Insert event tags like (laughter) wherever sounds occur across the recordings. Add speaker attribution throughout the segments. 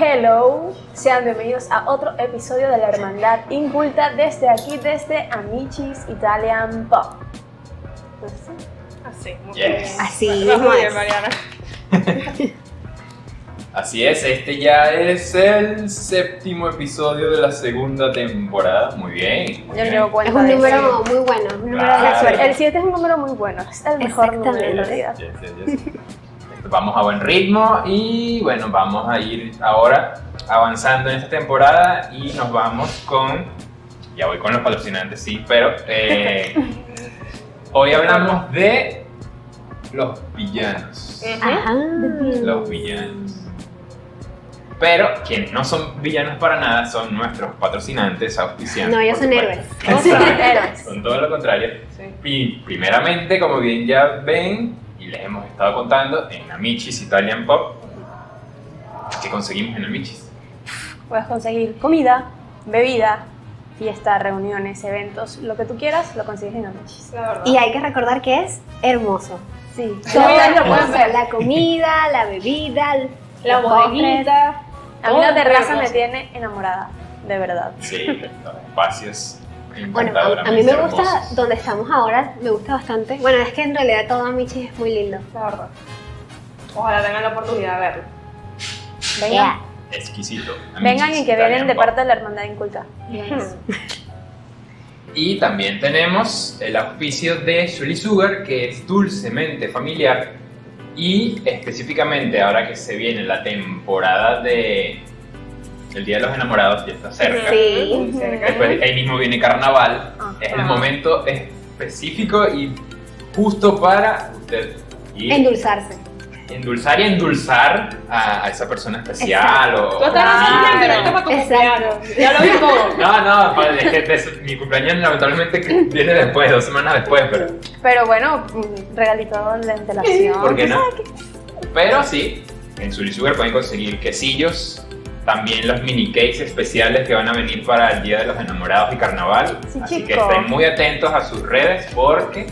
Speaker 1: Hello, sean bienvenidos a otro episodio de la Hermandad Inculta desde aquí, desde Amicis Italian Pop.
Speaker 2: Así, muy
Speaker 3: Yes.
Speaker 4: Así
Speaker 2: Muy bien, Mariana.
Speaker 3: Así es, este ya es el séptimo episodio de la segunda temporada. Muy bien. muy
Speaker 2: Yo
Speaker 3: bien.
Speaker 2: llevo
Speaker 4: Es
Speaker 2: cuenta
Speaker 4: un
Speaker 2: de
Speaker 4: número muy bueno, un número de la
Speaker 3: Claro.
Speaker 4: suerte.
Speaker 1: El 7 es un número muy bueno, es el mejor número en realidad.
Speaker 3: Yes, yes, yes. Vamos a buen ritmo y bueno, vamos a ir ahora avanzando en esta temporada y nos vamos con, ya voy con los patrocinantes, sí, pero
Speaker 1: (laughs)
Speaker 3: eh, hoy hablamos de los villanos.
Speaker 1: Eh,
Speaker 2: eso.
Speaker 4: Ajá.
Speaker 3: Los villanos. Pero quienes no son villanos para nada son nuestros patrocinantes auspiciantes.
Speaker 4: No, ellos
Speaker 3: por
Speaker 4: son
Speaker 3: supuesto. (laughs)
Speaker 4: héroes.
Speaker 1: Ellos son
Speaker 3: Exacto,
Speaker 1: héroes.
Speaker 3: Son todo lo contrario.
Speaker 2: Sí.
Speaker 3: Y primeramente, como bien ya ven y les hemos estado contando, en Amichis Italian Pop, ¿qué conseguimos en Amichis?
Speaker 1: Puedes conseguir comida, bebida, fiesta, reuniones, eventos, lo que tú quieras, lo consigues en Amichis.
Speaker 2: La verdad.
Speaker 4: Y hay que recordar que es hermoso.
Speaker 1: Sí,
Speaker 4: Todo
Speaker 1: ustedes lo
Speaker 4: hermoso,
Speaker 1: pueden ver.
Speaker 4: La comida, la bebida, el-
Speaker 2: La
Speaker 4: los postres.
Speaker 2: bodeguita.
Speaker 1: A mí la
Speaker 2: Todo
Speaker 1: terraza me
Speaker 2: hermoso.
Speaker 1: tiene enamorada, de verdad.
Speaker 3: Sí, los espacios
Speaker 4: Bueno, a, a
Speaker 3: encantadoramente
Speaker 4: mí me gusta
Speaker 3: hermosos.
Speaker 4: donde estamos ahora, me gusta bastante. Bueno, es que en realidad todo Michi es muy lindo.
Speaker 2: La verdad. Ojalá tengan la oportunidad de verlo.
Speaker 1: Vengan,
Speaker 4: Yeah.
Speaker 3: Exquisito.
Speaker 1: vengan
Speaker 3: Amichis
Speaker 1: y que vienen
Speaker 3: Italian
Speaker 1: de
Speaker 3: Pop.
Speaker 1: parte de la Hermandad Inculta.
Speaker 4: Yes.
Speaker 3: Y también tenemos el auspicio de Shirley Sugar, que es dulcemente familiar. Y específicamente ahora que se viene la temporada de... El Día de los Enamorados ya está cerca.
Speaker 4: Sí.
Speaker 2: Muy cerca.
Speaker 3: Después, ahí mismo viene carnaval.
Speaker 1: Ajá.
Speaker 3: Es el momento específico y justo para usted ir
Speaker 4: Endulzarse.
Speaker 3: endulzar y endulzar a, a esa persona especial. O,
Speaker 2: Tú estás haciendo el directo para tu
Speaker 4: Exacto.
Speaker 2: cumpleaños. Ya lo vi todo.
Speaker 3: No, no, padre, es que es- mi cumpleaños lamentablemente que viene después, dos semanas después, pero,
Speaker 1: Pero bueno, mm, regalito de antelación.
Speaker 3: ¿por qué no? Pero sí, en Suri Sugar pueden conseguir quesillos, también los mini cakes especiales que van a venir para el Día de los Enamorados y Carnaval.
Speaker 1: Sí,
Speaker 3: Así que
Speaker 1: chico.
Speaker 3: estén muy atentos a sus redes porque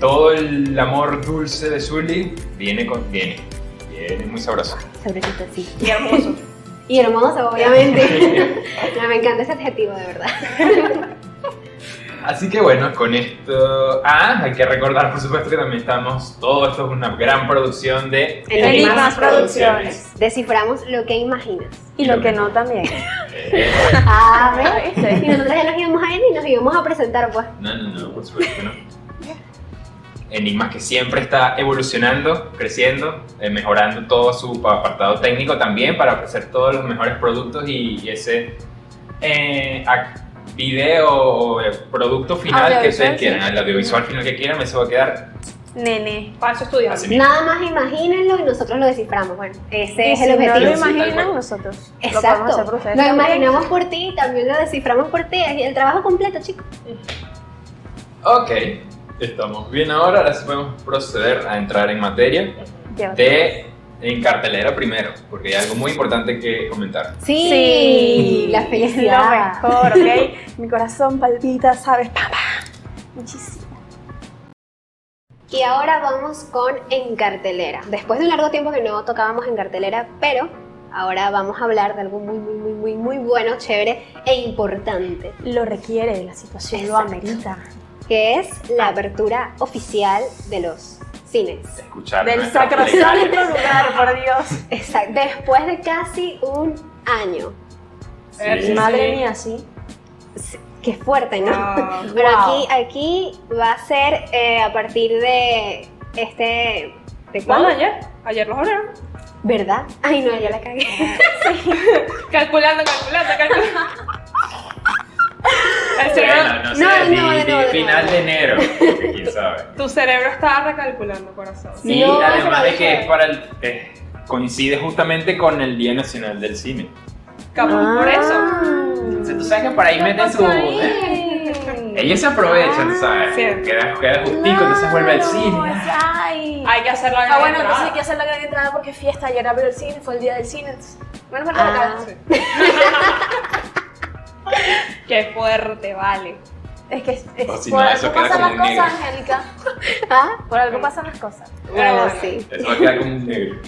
Speaker 3: todo el amor dulce de Zully viene con viene. Viene muy sabroso.
Speaker 4: Sobre todo sí.
Speaker 2: Y hermoso.
Speaker 4: (laughs) Y hermoso,
Speaker 1: (laughs)
Speaker 4: obviamente. No, (laughs) me encanta ese adjetivo, de verdad.
Speaker 3: Así que bueno, con esto. Ah, hay que recordar, por supuesto, que también estamos. Todo esto es una gran producción de
Speaker 4: Enigmas
Speaker 3: Enigmas
Speaker 1: Producciones.
Speaker 4: Desciframos lo que imaginas.
Speaker 1: Y lo que no también.
Speaker 3: Eh,
Speaker 4: Ah, ¿ves?
Speaker 1: (laughs)
Speaker 4: Y
Speaker 1: ¿Viste?
Speaker 4: nosotros ya nos íbamos a ir y nos íbamos a presentar, pues.
Speaker 3: No, no, no, por supuesto que no. Enigmas que siempre está evolucionando, creciendo, eh, mejorando todo su pa- apartado técnico también para ofrecer todos los mejores productos y, y ese eh, ac- video o eh, producto final que
Speaker 1: Audiovisual,
Speaker 3: ustedes quieran, el audiovisual final que quieran, eso va a quedar
Speaker 1: Nene.
Speaker 2: Paso estudiante.
Speaker 3: así mismo.
Speaker 4: Nada más imagínenlo y nosotros lo desciframos. Bueno, ese
Speaker 1: Y
Speaker 4: es
Speaker 1: si
Speaker 4: el objetivo.
Speaker 1: no lo
Speaker 3: Sí, tal
Speaker 1: imaginan
Speaker 3: cual.
Speaker 1: nosotros. Lo podemos
Speaker 4: Exacto.
Speaker 1: hacer por ustedes
Speaker 4: Lo
Speaker 1: también.
Speaker 4: imaginamos por ti, también lo desciframos por ti. Es el trabajo completo, chicos.
Speaker 3: Ok, estamos bien ahora, ahora sí podemos proceder a entrar en materia
Speaker 1: Llévatelo.
Speaker 3: de en cartelera primero, porque hay algo muy importante que comentar.
Speaker 4: Sí, la
Speaker 1: Es
Speaker 4: felicidad.
Speaker 1: Lo mejor, (laughs) ¿ok? Mi corazón palpita, ¿sabes? Papá. Muchísimo.
Speaker 4: Y ahora vamos con En Cartelera. Después de un largo tiempo que no tocábamos En Cartelera, pero ahora vamos a hablar de algo muy, muy, muy, muy, muy bueno, chévere e importante,
Speaker 1: Lo requiere, la situación lo
Speaker 4: Exacto.
Speaker 1: amerita.
Speaker 4: que es
Speaker 2: Ah.
Speaker 4: la apertura oficial de los cines.
Speaker 3: Escuchar
Speaker 1: Del
Speaker 3: nuestra
Speaker 1: sacrosanto lugar, por Dios.
Speaker 4: Exacto. Después de casi un año.
Speaker 3: plegaria.
Speaker 2: Sí.
Speaker 1: Madre mía, sí.
Speaker 4: Qué fuerte, ¿no?
Speaker 2: Ah,
Speaker 4: (laughs) Pero
Speaker 1: wow.
Speaker 4: aquí, aquí va a ser eh, a partir de este... ¿De
Speaker 2: ¿Cuándo
Speaker 4: cuándo?
Speaker 2: ayer? Ayer los abrieron.
Speaker 4: ¿Verdad? Ay, no, ya la cagué.
Speaker 2: Calculando, calculando,
Speaker 1: (laughs)
Speaker 2: calculando. El cerebro,
Speaker 3: Bueno, no,
Speaker 4: No,
Speaker 3: sé,
Speaker 4: no,
Speaker 3: di-
Speaker 4: no,
Speaker 3: di-
Speaker 4: no, no.
Speaker 3: final de enero, porque quién sabe.
Speaker 2: tu cerebro estaba recalculando, corazón.
Speaker 3: Y
Speaker 4: No,
Speaker 3: además
Speaker 4: pero
Speaker 3: de que
Speaker 4: dije-
Speaker 3: es para el, eh, coincide justamente con el Día Nacional del Cine.
Speaker 4: Ah.
Speaker 2: Capaz por eso.
Speaker 3: Entonces, tú sabes que por ahí meten su...
Speaker 2: Ay.
Speaker 3: Ellos se aprovechan,
Speaker 1: Ah,
Speaker 3: ¿sabes?
Speaker 2: sí.
Speaker 3: Queda, queda justico, entonces vuelve al cine.
Speaker 1: Claro, ay.
Speaker 2: Hay que hacerlo en
Speaker 1: Ah,
Speaker 2: la
Speaker 1: bueno,
Speaker 2: entrada.
Speaker 1: entonces hay que hacer la gran entrada porque fiesta. Ayer abrió el cine, fue el día del cine. entonces- Menos mal que
Speaker 4: Ah.
Speaker 1: acá.
Speaker 2: Qué fuerte, vale.
Speaker 1: Es que es,
Speaker 3: O si
Speaker 1: por
Speaker 3: no,
Speaker 1: algo
Speaker 3: eso queda
Speaker 1: pasan las
Speaker 3: como un
Speaker 1: cosas, Angélica.
Speaker 4: ¿Ah?
Speaker 1: Por algo pasan las cosas.
Speaker 4: Bueno,
Speaker 2: bueno.
Speaker 4: sí.
Speaker 3: Eso va a quedar como un negro.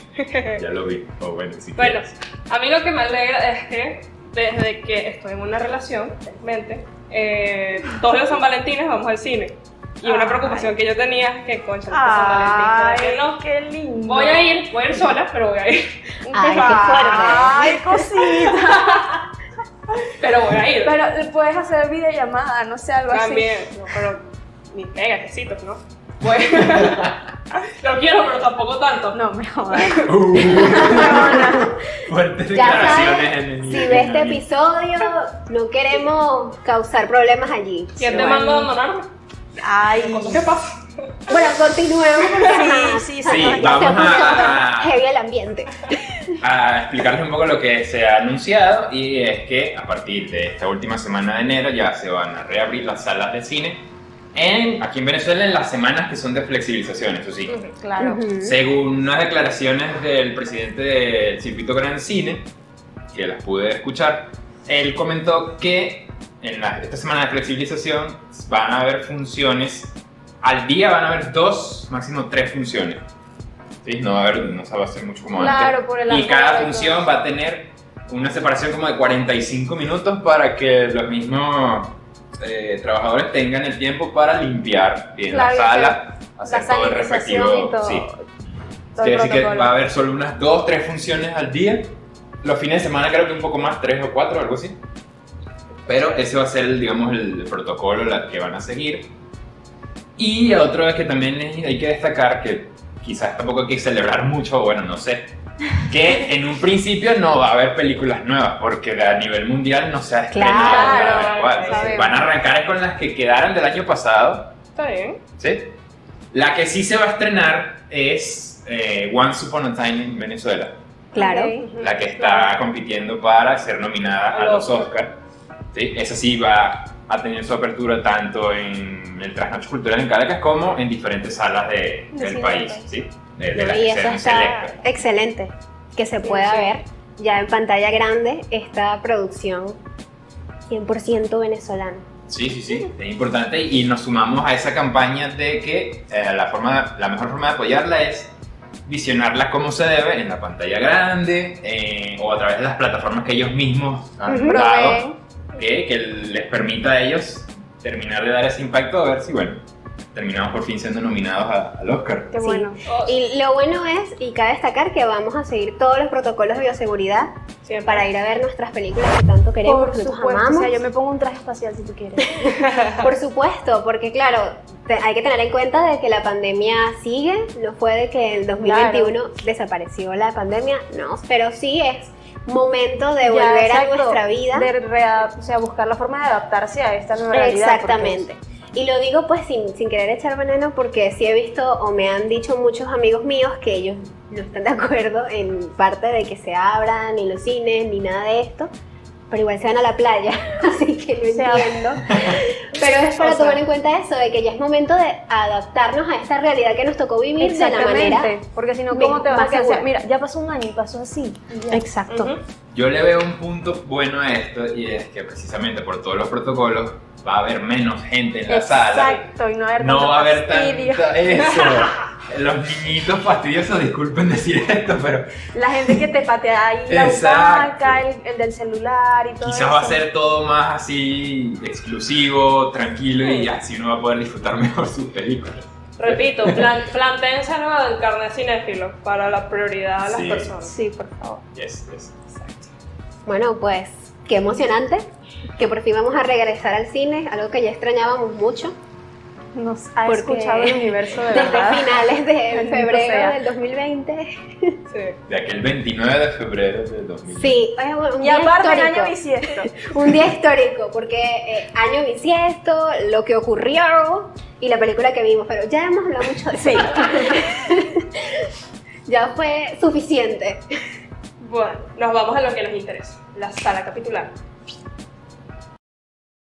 Speaker 3: Ya lo vi. O bueno, sí.
Speaker 2: Bueno, a mí lo que me alegra es que desde que estoy en una relación, felizmente, eh, todos los San Valentines vamos al cine. Y una
Speaker 1: Ay.
Speaker 2: preocupación que yo tenía es que, concha, los San Valentín, ¿por qué no?
Speaker 1: qué lindo.
Speaker 2: Voy a ir, voy a ir sola, pero voy a ir.
Speaker 4: Ay,
Speaker 2: (laughs)
Speaker 4: qué fuerte.
Speaker 1: Ay, cosita.
Speaker 2: Pero voy a ir.
Speaker 1: Pero le puedes hacer videollamada, no sé, algo
Speaker 2: También,
Speaker 1: así.
Speaker 2: no, pero ni pega, quesitos, ¿no? Voy- (laughs) lo quiero, pero tampoco tanto.
Speaker 1: No, me jodas.
Speaker 3: Uh,
Speaker 4: (laughs)
Speaker 3: Fuertes
Speaker 4: Ya
Speaker 3: declaraciones en
Speaker 4: sabes,
Speaker 3: el
Speaker 4: si ves este episodio, no queremos causar problemas allí.
Speaker 2: ¿Quién te
Speaker 1: Sí,
Speaker 2: manda a
Speaker 1: bueno.
Speaker 2: abandonarme?
Speaker 1: Ay.
Speaker 2: Cosas que pasan.
Speaker 4: Bueno, continuemos. porque
Speaker 3: Sí,
Speaker 1: Sí, sí,
Speaker 4: ya se
Speaker 3: vamos
Speaker 4: puso
Speaker 3: a-
Speaker 4: Heavy el ambiente.
Speaker 3: a explicarles un poco lo que se ha anunciado y es que a partir de esta última semana de enero ya se van a reabrir las salas de cine en, aquí en Venezuela en las semanas que son de flexibilización, eso sí.
Speaker 1: Claro.
Speaker 4: Ujú.
Speaker 3: Según unas declaraciones del presidente del circuito Gran Cine, que las pude escuchar, él comentó que en la- esta semana de flexibilización van a haber funciones, al día van a haber dos, máximo tres funciones. ¿Sí? No va a haber, no se va a hacer mucho como antes.
Speaker 1: Claro, por el
Speaker 3: Y
Speaker 1: alcohol
Speaker 3: cada
Speaker 1: y
Speaker 3: función va a tener una separación como de 45 minutos para que los mismos eh, trabajadores tengan el tiempo para limpiar bien
Speaker 1: Claro, y
Speaker 3: la sala, hacer todo el
Speaker 1: sanitización
Speaker 3: respectivo.
Speaker 1: y todo.
Speaker 3: sí.
Speaker 1: todo el
Speaker 3: Quiere decir que
Speaker 1: protocolo.
Speaker 3: va a haber solo unas 2, 3 funciones al día. Los fines de semana creo que un poco más, 3 o 4, algo así. Pero ese va a ser, digamos, el protocolo la que van a seguir. Y otro es que también es- hay que destacar que quizás tampoco hay que celebrar mucho, bueno, no sé, que en un principio no va a haber películas nuevas, porque a nivel mundial no se ha estrenado
Speaker 1: Claro,
Speaker 3: nada actual. Entonces,
Speaker 1: sabemos.
Speaker 3: van a arrancar con las que quedaron del año pasado.
Speaker 2: Está bien.
Speaker 3: ¿Sí? La que sí se va a estrenar es eh, Once Upon a Time en Venezuela,
Speaker 4: Claro.
Speaker 1: Ok.
Speaker 3: la que está compitiendo para ser nominada a los Oscars. ¿Sí? Esa sí va a tener su apertura tanto en el Trasnoche Cultural en Caracas como en diferentes salas de-
Speaker 1: De
Speaker 3: del
Speaker 1: cine
Speaker 3: país,
Speaker 1: del
Speaker 3: ¿sí? De, de las
Speaker 4: Y
Speaker 3: que
Speaker 4: eso
Speaker 3: sean
Speaker 4: está
Speaker 3: selectas.
Speaker 4: excelente. Que se
Speaker 2: Sí,
Speaker 4: pueda
Speaker 2: sí.
Speaker 4: ver ya en pantalla grande esta producción 100% venezolana.
Speaker 3: Sí, sí, sí, es importante y nos sumamos a esa campaña de que eh, la, forma, la mejor forma de apoyarla es visionarla como se debe en la pantalla grande eh, o a través de las plataformas que ellos mismos han
Speaker 4: Ujú.
Speaker 3: dado, que, que les permita a ellos terminar de dar ese impacto a ver si, bueno, terminamos por fin siendo nominados a- al Oscar.
Speaker 1: Qué
Speaker 4: Sí.
Speaker 1: bueno.
Speaker 2: Oh,
Speaker 4: Y lo bueno es, y cabe destacar, que vamos a seguir todos los protocolos de bioseguridad
Speaker 2: siempre.
Speaker 4: para ir a ver nuestras películas que tanto queremos,
Speaker 1: Por
Speaker 4: que nosotros
Speaker 1: supuesto, o
Speaker 4: amamos.
Speaker 1: sea, yo me pongo un traje espacial si tú quieres.
Speaker 4: Por supuesto, porque claro, te- hay que tener en cuenta de que la pandemia sigue, no fue de que el 2021 desapareció la pandemia, no, pero sí es momento de
Speaker 1: Ya,
Speaker 4: volver
Speaker 1: exacto,
Speaker 4: a nuestra vida.
Speaker 1: De readap- o sea, buscar la forma de adaptarse a esta nueva realidad.
Speaker 4: Exactamente. Y lo digo pues sin, sin querer echar veneno porque sí he visto o me han dicho muchos amigos míos que ellos no están de acuerdo en parte de que se abran ni los cines ni nada de esto, pero igual se van a la playa, (laughs) así que lo
Speaker 1: porque se
Speaker 4: entiendo. Pero es para
Speaker 1: O sea,
Speaker 4: tomar en cuenta eso, de que ya es momento de adaptarnos a esta realidad que nos tocó vivir de la manera.
Speaker 1: Exactamente, porque si no,
Speaker 4: Bien,
Speaker 1: ¿cómo te vas
Speaker 4: más
Speaker 1: a quedar? O sea,
Speaker 4: segura.
Speaker 1: Mira, ya pasó un año y pasó así. y ya.
Speaker 4: Exacto.
Speaker 2: Ujú.
Speaker 3: Yo le veo un punto bueno a esto y es que precisamente por todos los protocolos va a haber menos gente en la sala.
Speaker 1: Exacto, y no haber
Speaker 3: No
Speaker 1: tanto
Speaker 3: va a haber
Speaker 1: fastidio. (laughs)
Speaker 3: tanto eso. Los niñitos fastidiosos, disculpen decir esto, pero
Speaker 1: La gente que te patea ahí la
Speaker 3: Exacto.
Speaker 1: butaca, el, el del celular y todo
Speaker 3: quizás
Speaker 1: eso.
Speaker 3: va a ser todo más así exclusivo, tranquilo y así uno va a poder disfrutar (laughs) mejor sus películas.
Speaker 2: Repito, plan, plantéenselo al carnet cinéfilo para la prioridad a las
Speaker 3: Sí.
Speaker 2: personas.
Speaker 1: Sí, por favor.
Speaker 3: Yes, yes, exacto.
Speaker 4: Bueno, pues qué emocionante que por fin vamos a regresar al cine, algo que ya extrañábamos mucho.
Speaker 1: Nos ha
Speaker 4: Porque-
Speaker 1: escuchado el universo de
Speaker 4: (laughs) Desde
Speaker 1: verdad.
Speaker 4: finales
Speaker 1: (laughs)
Speaker 4: de
Speaker 1: Maldito sea.
Speaker 4: febrero del 2020.
Speaker 2: Sí.
Speaker 3: De aquel 29 de febrero del 2000.
Speaker 4: Sí, oye, bueno, un
Speaker 1: Y
Speaker 4: día
Speaker 1: aparte, el
Speaker 4: histórico. (laughs)
Speaker 1: año bisiesto.
Speaker 4: Un día histórico, porque eh, año bisiesto, lo que ocurrió y la película que vimos, pero ya hemos hablado mucho de eso. (laughs) ya fue suficiente.
Speaker 2: Bueno, nos vamos a lo que nos interesa, la sala capitular.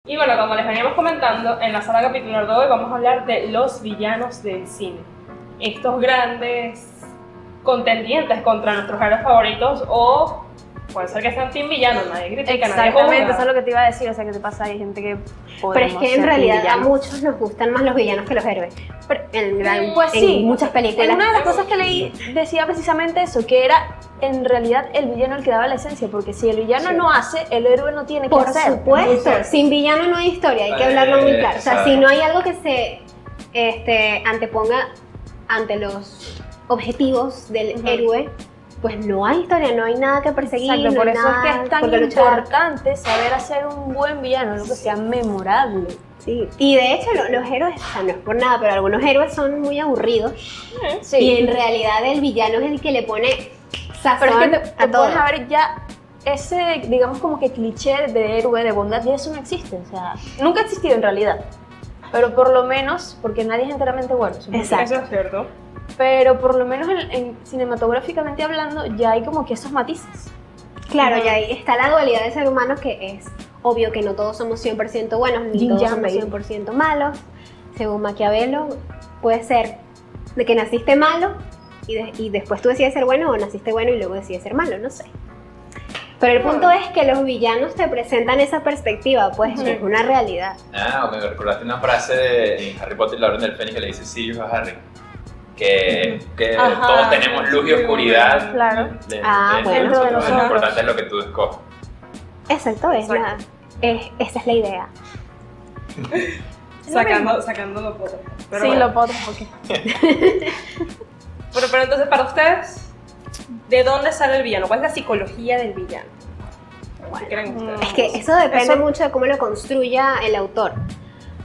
Speaker 2: Y bueno, como les veníamos comentando, en la sala capitular de hoy vamos a hablar de los villanos del cine. Estos grandes contendientes contra nuestros héroes favoritos o puede ser que sean team villanos, nadie critica, nadie
Speaker 1: Exactamente, eso es
Speaker 2: juzga.
Speaker 1: lo que te iba a decir. O sea, que te pasa, hay gente que.
Speaker 4: Pero es
Speaker 1: podemos
Speaker 4: que
Speaker 1: ser
Speaker 4: en realidad a
Speaker 1: villanos.
Speaker 4: muchos nos gustan más los villanos que los héroes. En, gran-
Speaker 1: Pues
Speaker 4: en
Speaker 1: sí.
Speaker 4: muchas
Speaker 1: En
Speaker 4: películas.
Speaker 1: una de las cosas que leí decía precisamente eso, que era en realidad el villano el que daba la esencia, porque si el villano
Speaker 3: Sí.
Speaker 1: no hace, el héroe no tiene que
Speaker 4: Por
Speaker 1: hacer.
Speaker 4: supuesto, sin villano no hay historia, hay que
Speaker 3: Eh,
Speaker 4: hablarlo muy claro. O sea,
Speaker 3: exacto.
Speaker 4: si no hay algo que se este, anteponga ante los objetivos del
Speaker 1: Ujú.
Speaker 4: héroe, pues no hay historia, no hay nada que perseguir.
Speaker 1: Exacto, por
Speaker 4: no hay
Speaker 1: eso es que
Speaker 4: nada
Speaker 1: es tan
Speaker 4: por qué luchar.
Speaker 1: importante saber hacer un buen villano, lo que sea memorable.
Speaker 4: Sí. Y de hecho, lo- los héroes, o sea, no es por nada, pero algunos héroes son muy aburridos.
Speaker 1: Sí.
Speaker 4: Y en realidad el villano es el que le pone sazón
Speaker 1: Pero es que te, te
Speaker 4: a todo.
Speaker 1: pones a ver ya ese, digamos, como que cliché de héroe, de bondad, y eso no existe. O sea, nunca ha existido en realidad. Pero por lo menos, porque nadie es enteramente bueno. supongo.
Speaker 4: Exacto.
Speaker 2: Eso es cierto.
Speaker 1: Pero por lo menos en- en- cinematográficamente hablando, ya hay como que esos matices.
Speaker 4: Claro,
Speaker 1: Ajá.
Speaker 4: y ahí está la dualidad del ser humano que es obvio que no todos somos 100% buenos ni
Speaker 1: Jin
Speaker 4: todos
Speaker 1: yang,
Speaker 4: somos
Speaker 1: baby.
Speaker 4: 100% malos. Según Maquiavelo, puede ser de que naciste malo y, de- y después tú decides ser bueno o naciste bueno y luego decides ser malo, no sé. Pero el punto es que los villanos te presentan esa perspectiva, pues
Speaker 2: Ujú.
Speaker 4: es una realidad.
Speaker 3: Ah, me recordaste una frase de en Harry Potter y la Orden del Fénix que le dice Sirius a Harry. Que, que
Speaker 2: Ajá.
Speaker 3: todos tenemos luz y oscuridad.
Speaker 1: Claro.
Speaker 3: De-
Speaker 4: Ah, bueno.
Speaker 3: nosotros,
Speaker 1: Dentro de
Speaker 3: Lo
Speaker 1: nosotros.
Speaker 3: importante es lo que tú escoges.
Speaker 4: Exacto, es
Speaker 2: Exacto.
Speaker 4: la- es- esa es la idea.
Speaker 2: Sacando, sacando los votos. Pero
Speaker 1: sí,
Speaker 2: bueno.
Speaker 1: lo puedo porque
Speaker 2: Pero, pero entonces, para ustedes, ¿de dónde sale el villano? ¿Cuál es la psicología del villano? ¿Qué creen ustedes?
Speaker 4: Es que eso depende
Speaker 1: Eso-
Speaker 4: mucho de cómo lo construya el autor.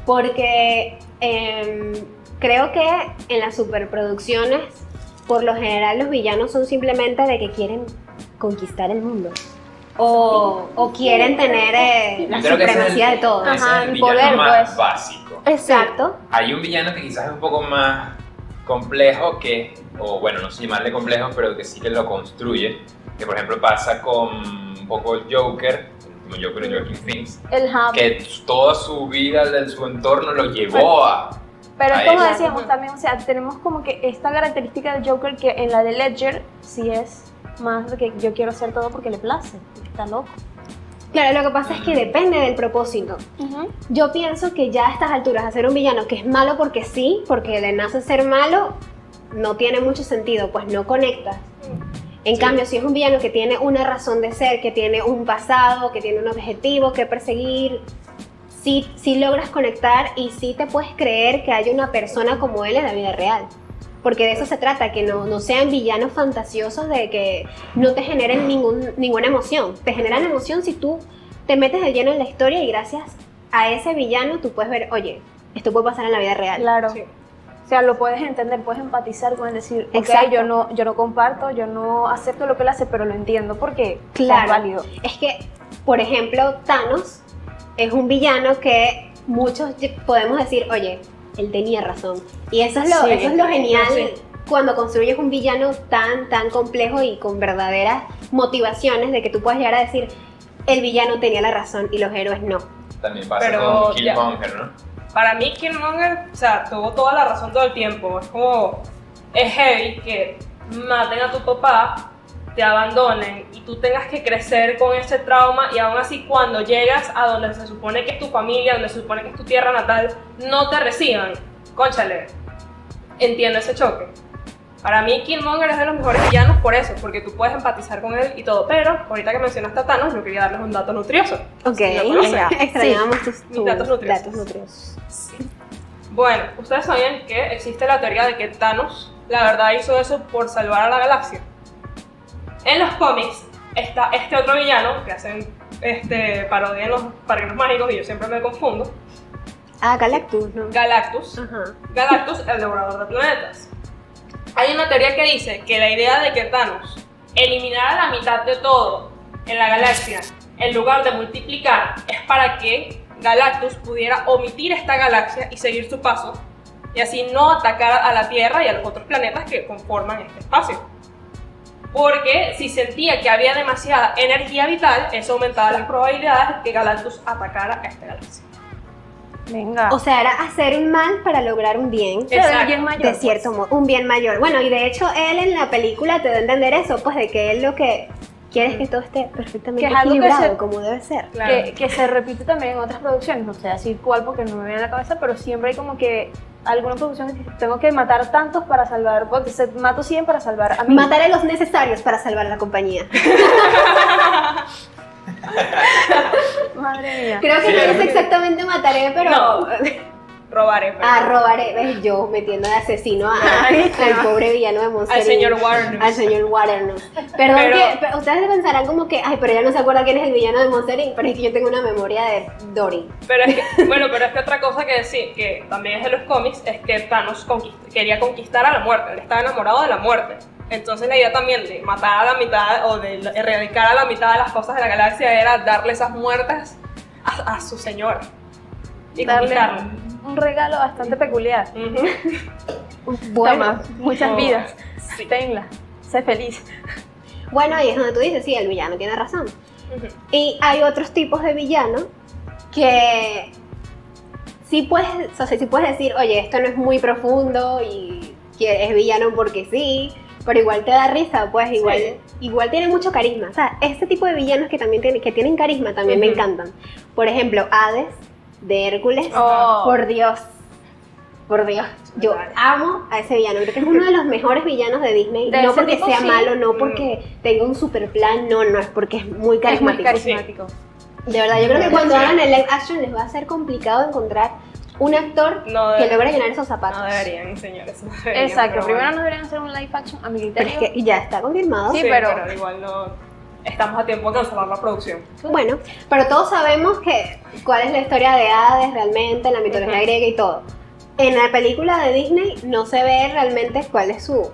Speaker 4: Porque em, creo que en las superproducciones, por lo general, los villanos son simplemente de que quieren conquistar el mundo. O, o quieren tener eh, la
Speaker 3: Yo creo que ese es el-
Speaker 4: supremacía de todo.
Speaker 3: ese es
Speaker 1: Ajá,
Speaker 3: el
Speaker 1: el
Speaker 3: villano
Speaker 1: poder,
Speaker 3: más
Speaker 1: pues.
Speaker 3: básico.
Speaker 4: Exacto.
Speaker 3: Hay un villano que quizás es un poco más complejo que, o bueno, no sé llamarle complejo, pero que sí que lo construye. Que por ejemplo pasa con un poco el Joker, el último Joker de Joaquin Phoenix,
Speaker 1: El hub.
Speaker 3: que toda su vida, de su entorno lo llevó a...
Speaker 1: Pero es
Speaker 3: Ahí.
Speaker 1: como decíamos también, o sea, tenemos como que esta característica del Joker que en la de Ledger sí es más de que yo quiero hacer todo porque le place. Está loco.
Speaker 4: Claro, lo que pasa es que depende del propósito. Yo pienso que ya a estas alturas hacer un villano que es malo porque sí, porque le nace ser malo, no tiene mucho sentido, pues no conectas. En
Speaker 3: Sí.
Speaker 4: cambio, si es un villano que tiene una razón de ser, que tiene un pasado, que tiene un objetivo que perseguir, sí, sí logras conectar y sí te puedes creer que hay una persona como él en la vida real. Porque de eso se trata, que no, no sean villanos fantasiosos de que no te generen ningún, ninguna emoción. Te generan emoción si tú te metes de lleno en la historia y gracias a ese villano tú puedes ver, oye, esto puede pasar en la vida real.
Speaker 1: Claro.
Speaker 2: Sí.
Speaker 1: O sea, lo puedes entender, puedes empatizar con él, decir, ok,
Speaker 4: Exacto.
Speaker 1: yo no, yo no comparto, yo no acepto lo que él hace, pero lo entiendo porque o sea, es
Speaker 4: Claro.
Speaker 1: válido.
Speaker 4: Es que, por ejemplo, Thanos es un villano que muchos ye- podemos decir, oye, él tenía razón. Y eso es lo,
Speaker 2: Sí,
Speaker 4: eso es lo genial
Speaker 2: sí.
Speaker 4: cuando construyes un villano tan, tan complejo y con verdaderas motivaciones de que tú puedas llegar a decir, el villano tenía la razón y los héroes no.
Speaker 3: También pasa
Speaker 2: Pero
Speaker 3: con
Speaker 2: ya.
Speaker 3: Killmonger, ¿no?
Speaker 2: Para mí, Killmonger, o sea, tuvo toda la razón todo el tiempo. Es como, es heavy que maten a tu papá, te abandonen y tú tengas que crecer con ese trauma y aún así cuando llegas a donde se supone que es tu familia, donde se supone que es tu tierra natal, no te reciban. Cónchale, entiendo ese choque. Para mí, Killmonger es de los mejores villanos por eso, porque tú puedes empatizar con él y todo. Pero ahorita que mencionaste a Thanos, yo quería darles un dato nutrioso.
Speaker 4: Ok,
Speaker 2: Lo conocen. (laughs)
Speaker 4: extrañamos tus,
Speaker 2: Mis
Speaker 4: tus
Speaker 2: datos nutriosos.
Speaker 4: datos nutriosos.
Speaker 2: Bueno, ustedes sabían que existe la teoría de que Thanos, la verdad, hizo eso por salvar a la galaxia. En los cómics está este otro villano que hacen este, parodia en los Parques Mágicos y yo siempre me confundo.
Speaker 4: Ah, Galactus, ¿no?
Speaker 2: Galactus.
Speaker 4: Ajá.
Speaker 2: Galactus, el devorador de planetas. Hay una teoría que dice que la idea de que Thanos eliminara la mitad de todo en la galaxia en lugar de multiplicar es para que Galactus pudiera omitir esta galaxia y seguir su paso y así no atacar a la Tierra y a los otros planetas que conforman este espacio. Porque si sentía que había demasiada energía vital, eso aumentaba las probabilidades de que Galactus atacara a esta galaxia.
Speaker 1: Venga.
Speaker 4: O sea, era hacer un mal para lograr un bien.
Speaker 1: Pero
Speaker 2: Exacto.
Speaker 1: el bien mayor. pues.
Speaker 4: De cierto modo, un bien mayor. Bueno, y de hecho él en la película te da a entender eso, pues de que él lo que quiere es que todo esté perfectamente
Speaker 1: Mm. Que es algo que
Speaker 4: equilibrado,
Speaker 1: se-
Speaker 4: como debe ser.
Speaker 1: pues,
Speaker 2: Claro.
Speaker 1: que, que se repite también en otras producciones, no sé decir cuál porque no me viene a la cabeza, pero siempre hay como que alguna producción que tengo que matar tantos para salvar, porque se mato 100 para salvar a mí.
Speaker 4: Mataré los necesarios para salvar la compañía.
Speaker 1: Madre mía.
Speaker 4: Creo que
Speaker 3: Sí,
Speaker 4: no es
Speaker 3: sí.
Speaker 4: exactamente mataré, pero... (laughs)
Speaker 2: No. Robaré. pero-
Speaker 4: Ah, robaré, ves, yo metiendo de asesino a-
Speaker 1: Ay,
Speaker 4: al
Speaker 1: no.
Speaker 4: pobre villano de Monster
Speaker 2: Al
Speaker 4: Inc.
Speaker 2: señor Warren.
Speaker 4: Al señor Warren, no. Perdón
Speaker 2: Pero-
Speaker 4: que pero ustedes pensarán como que, ay, pero ella no se acuerda quién es el villano de Monster Inc, pero es que yo tengo una memoria de Dory.
Speaker 2: Pero es que, bueno, pero es que otra cosa que decir, que también es de los cómics, es que Thanos conquist- quería conquistar a la muerte, él estaba enamorado de la muerte. Entonces la idea también de matar a la mitad o de erradicar a la mitad de las cosas de la galaxia era darle esas muertes a, a su señor y
Speaker 1: Darle-
Speaker 2: conquistarlo.
Speaker 1: Un regalo bastante peculiar.
Speaker 2: Ujú.
Speaker 4: Bueno,
Speaker 1: Toma, muchas
Speaker 2: Oh,
Speaker 1: vidas.
Speaker 2: sí.
Speaker 1: Tenla. Sé feliz.
Speaker 4: bueno, ahí es donde tú dices, sí, el villano tiene razón.
Speaker 2: Ujú.
Speaker 4: Y hay otros tipos de villanos que sí puedes, o sea, sí puedes decir, oye, esto no es muy profundo y que es villano porque sí, pero igual te da risa, pues igual, igual tiene mucho carisma. O sea, este tipo de villanos que también tienen, que tienen carisma también me
Speaker 2: Ujú.
Speaker 4: encantan. Por ejemplo, Hades de Hércules.
Speaker 1: Oh.
Speaker 4: Por Dios. Por Dios, yo amo a ese villano. Creo que es uno de los mejores villanos de Disney.
Speaker 1: De
Speaker 4: no
Speaker 1: ese
Speaker 4: porque
Speaker 1: tipo,
Speaker 4: sea
Speaker 1: sí. Mm.
Speaker 4: malo, no porque tenga un super plan, no, no, es porque es muy
Speaker 1: Es muy
Speaker 4: carismático.
Speaker 1: carismático.
Speaker 4: De verdad, yo creo que cuando hagan el live action les va a ser complicado encontrar un actor
Speaker 2: No,
Speaker 4: que
Speaker 2: de-
Speaker 4: logre llenar esos
Speaker 2: No
Speaker 4: zapatos.
Speaker 2: deberían, señores. no deberían,
Speaker 1: Exacto.
Speaker 2: pero
Speaker 1: Primero
Speaker 2: bueno.
Speaker 1: nos deberían hacer un live action a mi
Speaker 4: Pero
Speaker 1: criterio.
Speaker 4: es que ya está confirmado.
Speaker 1: Sí,
Speaker 2: Sí, pero...
Speaker 1: pero-
Speaker 2: igual no estamos a tiempo de cancelar la producción.
Speaker 4: Bueno, pero todos sabemos que cuál es la historia de Hades realmente, la mitología
Speaker 2: Ujú.
Speaker 4: griega y todo. En la película de Disney no se ve realmente cuál es su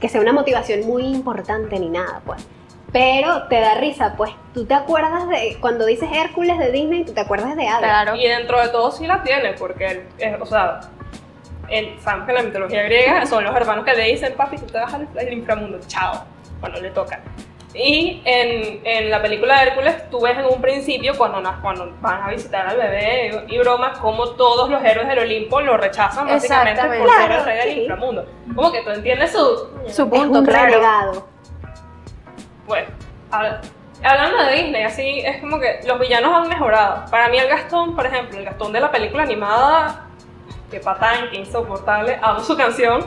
Speaker 4: que sea una motivación muy importante ni nada, pues. Pero te da risa, pues. Tú te acuerdas de cuando dices Hércules de Disney, tú te acuerdas de Hades.
Speaker 1: Claro.
Speaker 2: Y dentro de todo sí la tiene, porque, él, es- o sea, el sabemos que en la mitología griega son los hermanos que le dicen, papi, tú te vas al, al inframundo, chao, cuando le toca. Y en, en la película de Hércules, tú ves en un principio, cuando, na- cuando van a visitar al bebé y, y bromas, como todos los héroes del Olimpo lo rechazan básicamente por
Speaker 1: Exactamente.
Speaker 2: ser el rey del
Speaker 4: Claro, sí.
Speaker 2: inframundo. Como que tú entiendes su...
Speaker 1: Su
Speaker 4: Es
Speaker 1: punto,
Speaker 4: un
Speaker 1: claro.
Speaker 4: renegado.
Speaker 2: Bueno, hab- hablando de Disney, así es como que los villanos han mejorado. Para mí el Gastón, por ejemplo, el Gastón de la película animada, que patán, que insoportable, amo su canción,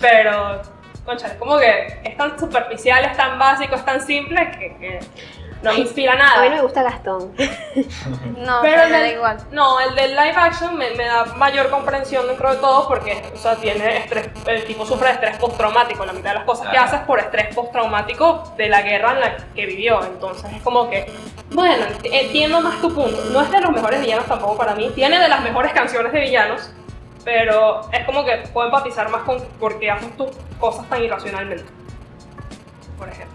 Speaker 2: pero, concha, es como que es tan superficial, es tan básico, es tan simple que, que no me inspira
Speaker 4: A mí no
Speaker 2: nada.
Speaker 4: me gusta Gastón.
Speaker 1: No,
Speaker 2: Pero
Speaker 1: pero
Speaker 2: el
Speaker 1: me da
Speaker 2: del,
Speaker 1: igual.
Speaker 2: no, el del live action me, me da mayor comprensión dentro de todo porque o sea, tiene estrés, el tipo sufre de estrés postraumático. La mitad de las cosas que
Speaker 3: Ah.
Speaker 2: hace es por estrés postraumático de la guerra en la que vivió. Entonces es como que, bueno, ent- entiendo más tu punto. No es de los mejores villanos tampoco para mí. Tiene de las mejores canciones de villanos, pero es como que puedo empatizar más con por qué hacen tus cosas tan irracionalmente. Por ejemplo.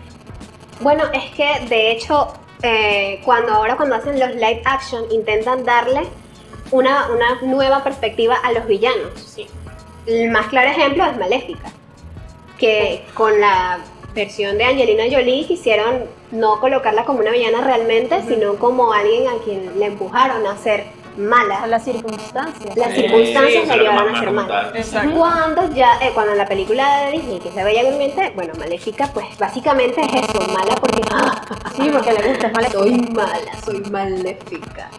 Speaker 4: Bueno, es que de hecho, eh, cuando ahora cuando hacen los live action, intentan darle una, una nueva perspectiva a los villanos.
Speaker 2: Sí.
Speaker 4: El más claro ejemplo es Maléfica, que con la versión de Angelina Jolie quisieron no colocarla como una villana realmente, sino como alguien a quien le empujaron a ser mala.
Speaker 1: las circunstancias.
Speaker 4: Las
Speaker 3: Sí, eso
Speaker 4: circunstancias le
Speaker 3: es lo que
Speaker 4: llevaron
Speaker 3: más
Speaker 4: a
Speaker 3: me
Speaker 4: ser mala.
Speaker 3: preguntaba.
Speaker 2: Exacto.
Speaker 4: Cuando ya, eh, cuando en la película de Disney, que es La Bella Durmiente, bueno, Maléfica, pues básicamente es eso, mala porque (laughs) ¡ah!
Speaker 1: Sí, porque le gusta, es mala.
Speaker 4: soy mala, soy maléfica.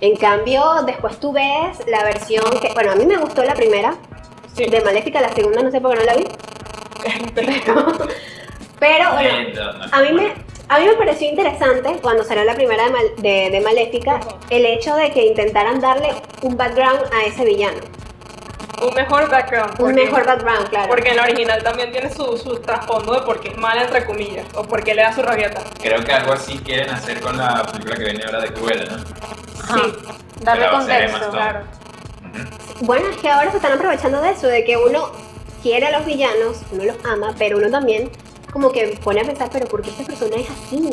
Speaker 4: En cambio, después tú ves la versión que, bueno, a mí me gustó la primera
Speaker 2: Sí. (laughs)
Speaker 4: de Maléfica, la segunda no sé por qué no la vi, pero bueno,
Speaker 3: Eh, no, no,
Speaker 4: a mí me, a mí me pareció interesante cuando salió la primera de, Mal- de- de Maléfica
Speaker 2: Ujú.
Speaker 4: el hecho de que intentaran darle un background a ese villano,
Speaker 2: Un mejor background.
Speaker 4: un
Speaker 2: porque-
Speaker 4: mejor background, claro.
Speaker 2: Porque en la original también tiene su, su trasfondo de por qué es mala, entre comillas, o por qué le da su rabieta.
Speaker 3: Creo que algo así quieren hacer con la película que viene ahora de Cruella, ¿no?
Speaker 1: Sí. Darle
Speaker 3: Pero seré
Speaker 1: contexto.
Speaker 3: más tonto.
Speaker 1: Claro.
Speaker 3: Ujú.
Speaker 4: Bueno, es que ahora se están aprovechando de eso, de que uno quiere a los villanos, uno los ama, pero uno también como que pone a pensar, pero ¿por qué esta persona es así?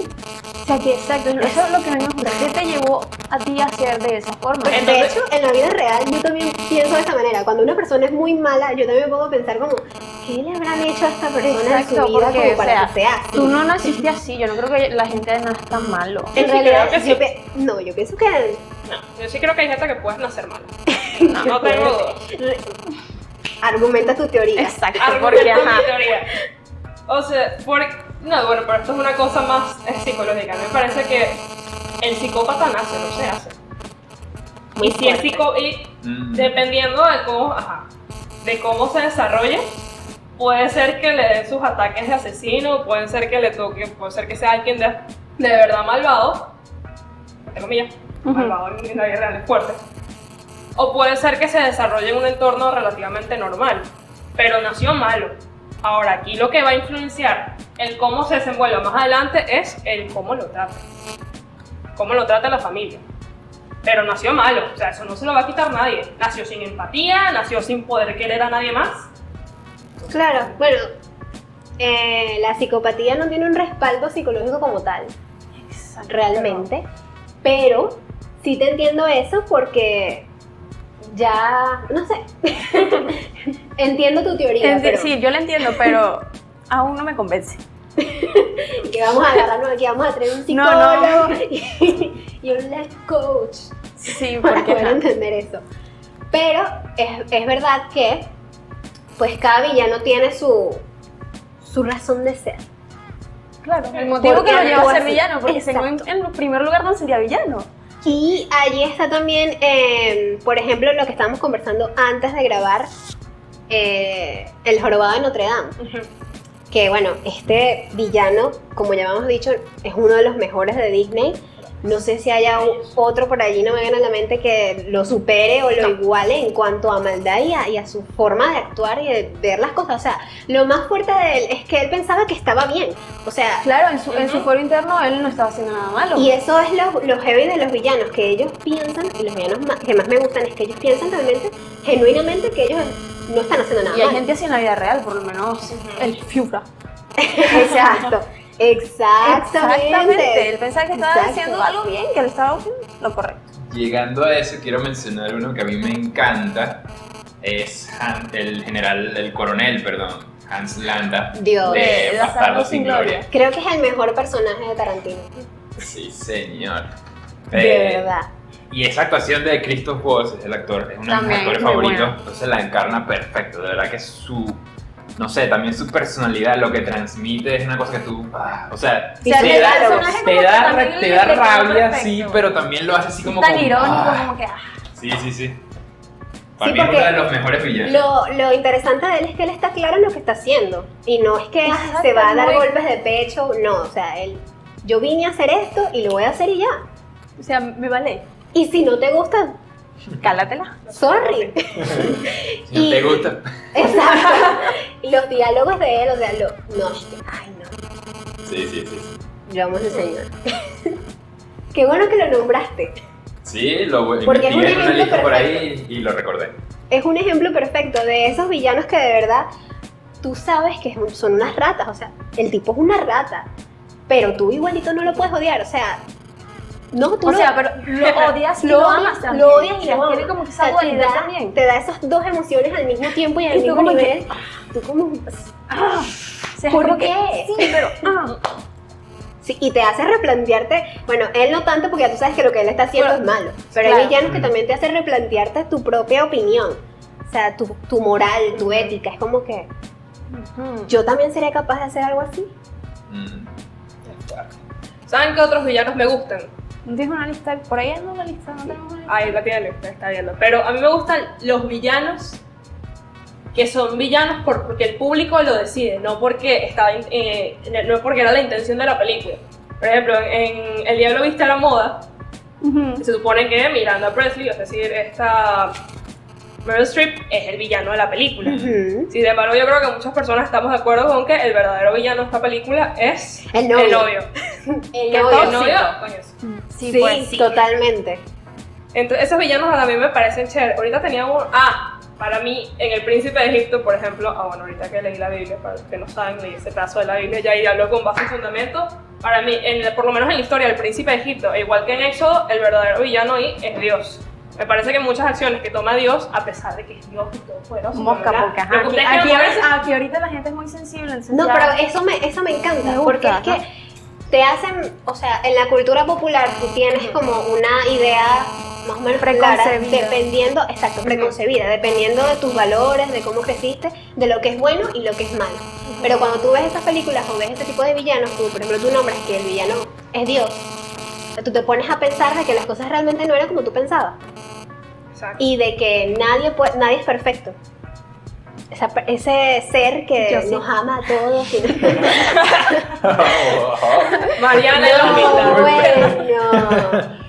Speaker 1: O sea, que exacto. Eso es lo que no me gusta. ¿Qué te llevó a ti a ser de esa forma?
Speaker 2: Pues,
Speaker 4: de
Speaker 2: Entonces-
Speaker 4: hecho, en la vida real yo también pienso de esa manera. Cuando una persona es muy mala, yo también me pongo a pensar como, ¿qué le habrán hecho a esta persona en
Speaker 1: Exacto,
Speaker 4: su vida
Speaker 1: porque,
Speaker 4: como
Speaker 1: o
Speaker 4: para
Speaker 1: sea,
Speaker 4: que sea así?
Speaker 1: Tú no naciste así. Yo no creo que la gente nazca malo.
Speaker 4: En
Speaker 2: sí
Speaker 4: realidad,
Speaker 2: creo que
Speaker 4: yo
Speaker 2: sí.
Speaker 4: pe- no, yo pienso que
Speaker 2: No, yo sí creo que hay gente que puedes
Speaker 1: (laughs)
Speaker 2: nacer mala. No, no tengo duda.
Speaker 4: Argumenta tu teoría.
Speaker 1: Exacto, porque
Speaker 2: Argumento
Speaker 1: ajá.
Speaker 2: mi teoría. O sea, por... No, bueno, pero esto es una cosa más eh, psicológica. Me parece que el psicópata nace, no se hace.
Speaker 1: Muy
Speaker 2: y si es
Speaker 1: fuerte.
Speaker 2: psico... Y
Speaker 3: Mm.
Speaker 2: dependiendo de cómo, ajá, de cómo se desarrolle, puede ser que le den sus ataques de asesino, puede ser que le toque, puede ser que sea alguien de, de verdad malvado, entre comillas,
Speaker 1: Ujú.
Speaker 2: malvado en la vida real es fuerte, o puede ser que se desarrolle en un entorno relativamente normal, pero nació malo. Ahora, aquí lo que va a influenciar el cómo se desenvuelva más adelante es el cómo lo trata, cómo lo trata la familia. Pero nació malo, o sea, eso no se lo va a quitar nadie. Nació sin empatía, nació sin poder querer a nadie más.
Speaker 4: Claro, bueno, eh, la psicopatía no tiene un respaldo psicológico como tal,
Speaker 1: Exacto.
Speaker 4: realmente, pero sí te entiendo eso porque ya, no sé, (laughs) entiendo tu teoría,
Speaker 1: Es
Speaker 4: pero
Speaker 1: decir, yo la entiendo, (laughs) pero aún no me convence.
Speaker 4: que vamos a agarrarnos aquí, vamos a traer un
Speaker 1: No,
Speaker 4: psicólogo (laughs)
Speaker 1: no.
Speaker 4: y, y un life coach
Speaker 1: Sí,
Speaker 4: para
Speaker 1: porque
Speaker 4: poder
Speaker 1: ajá.
Speaker 4: entender eso. Pero es, es verdad que, pues cada villano tiene su, su razón de ser.
Speaker 1: Claro, el motivo que
Speaker 4: Porque
Speaker 1: lo llevó a ser
Speaker 4: así.
Speaker 1: villano, porque si no, en, en primer lugar no sería villano.
Speaker 4: Y allí está también, eh, por ejemplo, lo que estábamos conversando antes de grabar, eh, el jorobado de Notre Dame. Que bueno, este villano, como ya hemos dicho, es uno de los mejores de Disney. No sé si haya u- otro por allí, no me viene a la mente que lo supere o lo iguale en cuanto a maldad y a, y a su forma de actuar y de ver las cosas. O sea, lo más fuerte de él es que él pensaba que estaba bien. O sea,
Speaker 1: Claro, en su, en su
Speaker 2: Ujú.
Speaker 1: foro interno él no estaba haciendo nada malo.
Speaker 4: y eso es lo, lo heavy de los villanos, que ellos piensan, y los villanos ma- que más me gustan es que ellos piensan realmente, genuinamente, que ellos no están haciendo nada
Speaker 1: Y
Speaker 4: (laughs)
Speaker 1: hay
Speaker 4: mal.
Speaker 1: gente así en la vida real, por lo menos el Fiura.
Speaker 4: Exacto, exactamente.
Speaker 1: Exactamente. Él pensaba que estaba
Speaker 4: Exacto.
Speaker 1: haciendo algo bien, que él estaba haciendo lo correcto.
Speaker 3: Llegando a eso, quiero mencionar uno que a mí me encanta. Es Han- el general, el coronel, perdón, Hans Landa.
Speaker 4: Dios.
Speaker 3: De
Speaker 1: De Bastardos
Speaker 3: Bastardos
Speaker 1: sin
Speaker 3: sin Gloria.
Speaker 4: Creo que es el mejor personaje de Tarantino,
Speaker 3: Sí, señor.
Speaker 4: de
Speaker 3: Eh,
Speaker 4: verdad.
Speaker 3: Y esa actuación de Christoph Waltz, el actor, es uno de mis
Speaker 1: También,
Speaker 3: actores
Speaker 1: muy
Speaker 3: favoritos,
Speaker 1: bueno.
Speaker 3: entonces la encarna perfecto, de verdad que su, no sé, también su personalidad, lo que transmite es una cosa que tú, ah, o sea,
Speaker 4: Sí, sí,
Speaker 3: te,
Speaker 4: el
Speaker 3: da,
Speaker 4: personaje
Speaker 3: te
Speaker 1: como que
Speaker 3: da,
Speaker 1: también
Speaker 3: te
Speaker 1: le
Speaker 3: da
Speaker 1: queda
Speaker 3: rabia,
Speaker 1: perfecto.
Speaker 3: sí, pero también lo hace así como...
Speaker 1: Tan
Speaker 3: con-
Speaker 1: irónico,
Speaker 3: ah,
Speaker 1: como que. ah,
Speaker 3: Sí, sí, sí. Para
Speaker 4: Sí,
Speaker 3: mí es
Speaker 4: porque
Speaker 3: uno de los mejores villanos.
Speaker 4: Lo, lo interesante de él es que él está claro en lo que está haciendo. Y no es que ah,
Speaker 1: Exacto,
Speaker 4: se va a dar
Speaker 1: muy-
Speaker 4: golpes de pecho, no. O sea, él, yo vine a hacer esto y lo voy a hacer y ya.
Speaker 1: O sea, me vale.
Speaker 4: Y si no te gusta,
Speaker 1: Cálatela.
Speaker 4: sorry.
Speaker 3: Si no
Speaker 4: y-
Speaker 3: te gusta, (laughs)
Speaker 4: Exacto. Y (laughs) los diálogos de él, o sea, lo, no, es que, ay no,
Speaker 3: sí, sí, sí.
Speaker 4: yo amo a ese señor. Qué bueno que lo nombraste.
Speaker 3: Sí, lo voy
Speaker 4: Porque es un
Speaker 3: investigué en una
Speaker 4: ejemplo
Speaker 3: lista por ahí y, y lo recordé.
Speaker 4: Es un ejemplo perfecto de esos villanos que de verdad tú sabes que es un- son unas ratas, o sea, el tipo es una rata, pero tú igualito no lo puedes odiar, o sea, no, tú
Speaker 1: O
Speaker 4: lo-
Speaker 1: sea, pero (laughs) lo odias y
Speaker 4: lo
Speaker 1: lo
Speaker 4: amas,
Speaker 1: amas también.
Speaker 4: lo odias y
Speaker 1: O sea,
Speaker 4: lo amas.
Speaker 1: Tiene como que
Speaker 4: O sea,
Speaker 1: esa
Speaker 4: te
Speaker 1: dualidad
Speaker 4: da-
Speaker 1: también.
Speaker 4: Te da esas dos emociones al mismo tiempo y al
Speaker 1: Y tú
Speaker 4: mismo
Speaker 1: como que,
Speaker 4: nivel. tú como,
Speaker 1: Ah, o sea, es
Speaker 4: ¿por
Speaker 1: como que,
Speaker 4: qué?
Speaker 1: (laughs) Sí, pero. ah,
Speaker 4: Sí, y te hace replantearte, bueno, él no tanto porque ya tú sabes que lo que él está haciendo
Speaker 1: Bueno,
Speaker 4: es malo, pero hay
Speaker 1: claro.
Speaker 4: villanos que también te hace replantearte tu propia opinión, o sea, tu, tu moral, tu ética, es como que
Speaker 1: ujú.
Speaker 4: yo también sería capaz de hacer algo así. (laughs)
Speaker 3: Mm. (laughs)
Speaker 2: ¿Saben qué otros villanos me gustan?
Speaker 1: ¿No tienes una lista? Por ahí anda una lista, no tenemos una lista.
Speaker 2: Ahí la tiene, la está viendo. Pero a mí me gustan los villanos que son villanos por- porque el público lo decide, no porque, estaba, in- eh, no porque era la intención de la película. Por ejemplo, en El Diablo Viste a la Moda,
Speaker 1: Ujú.
Speaker 2: se supone que Miranda Presley, es decir, esta Meryl Streep, es el villano de la película.
Speaker 4: Ujú.
Speaker 2: Sin embargo, yo creo que muchas personas estamos de acuerdo con que el verdadero villano de esta película es
Speaker 4: El novio.
Speaker 2: el novio.
Speaker 4: El
Speaker 2: Que
Speaker 4: novio,
Speaker 2: el novio, coño,
Speaker 4: Sí,
Speaker 1: pues, sí.
Speaker 4: totalmente.
Speaker 2: Entonces, esos villanos a mí me parecen chéveres. Ahorita tenía un. Ah, para mí, en El Príncipe de Egipto, por ejemplo. Ah, bueno, ahorita que leí la Biblia, para los que no saben, leí ese pedazo de la Biblia ya y hablo con base y fundamento. Para mí, en- por lo menos en la historia del Príncipe de Egipto, e igual que en Éxodo, el verdadero villano ahí es Dios. Me parece que muchas acciones que toma Dios, a pesar de que es Dios y todo poderoso,
Speaker 1: Mosca,
Speaker 2: ¿verdad?
Speaker 1: poca.
Speaker 2: Lo que
Speaker 1: Aquí,
Speaker 2: ustedes quieran
Speaker 1: aquí ahora-
Speaker 2: ponerse-
Speaker 1: aquí ahorita la gente es muy sensible. entonces
Speaker 4: No,
Speaker 1: ya-
Speaker 4: pero eso me, eso me encanta,
Speaker 1: Me gusta,
Speaker 4: porque es que te hacen, o sea, en la cultura popular tú tienes como una idea más o menos clara,
Speaker 1: Preconcebida.
Speaker 4: dependiendo, exacto, preconcebida, dependiendo de tus valores, de cómo creciste, de lo que es bueno y lo que es malo. Pero cuando tú ves esas películas o ves este tipo de villanos, como por ejemplo tú nombras que el villano es Dios, tú te pones a pensar de que las cosas realmente no eran como tú pensabas
Speaker 2: Exacto.
Speaker 4: y de que nadie puede, nadie es perfecto. Esa per- ese ser que
Speaker 1: Yo sí.
Speaker 4: nos ama a todos. y no-
Speaker 2: Mariana y la
Speaker 4: No,
Speaker 2: humildad.
Speaker 4: bueno. (laughs)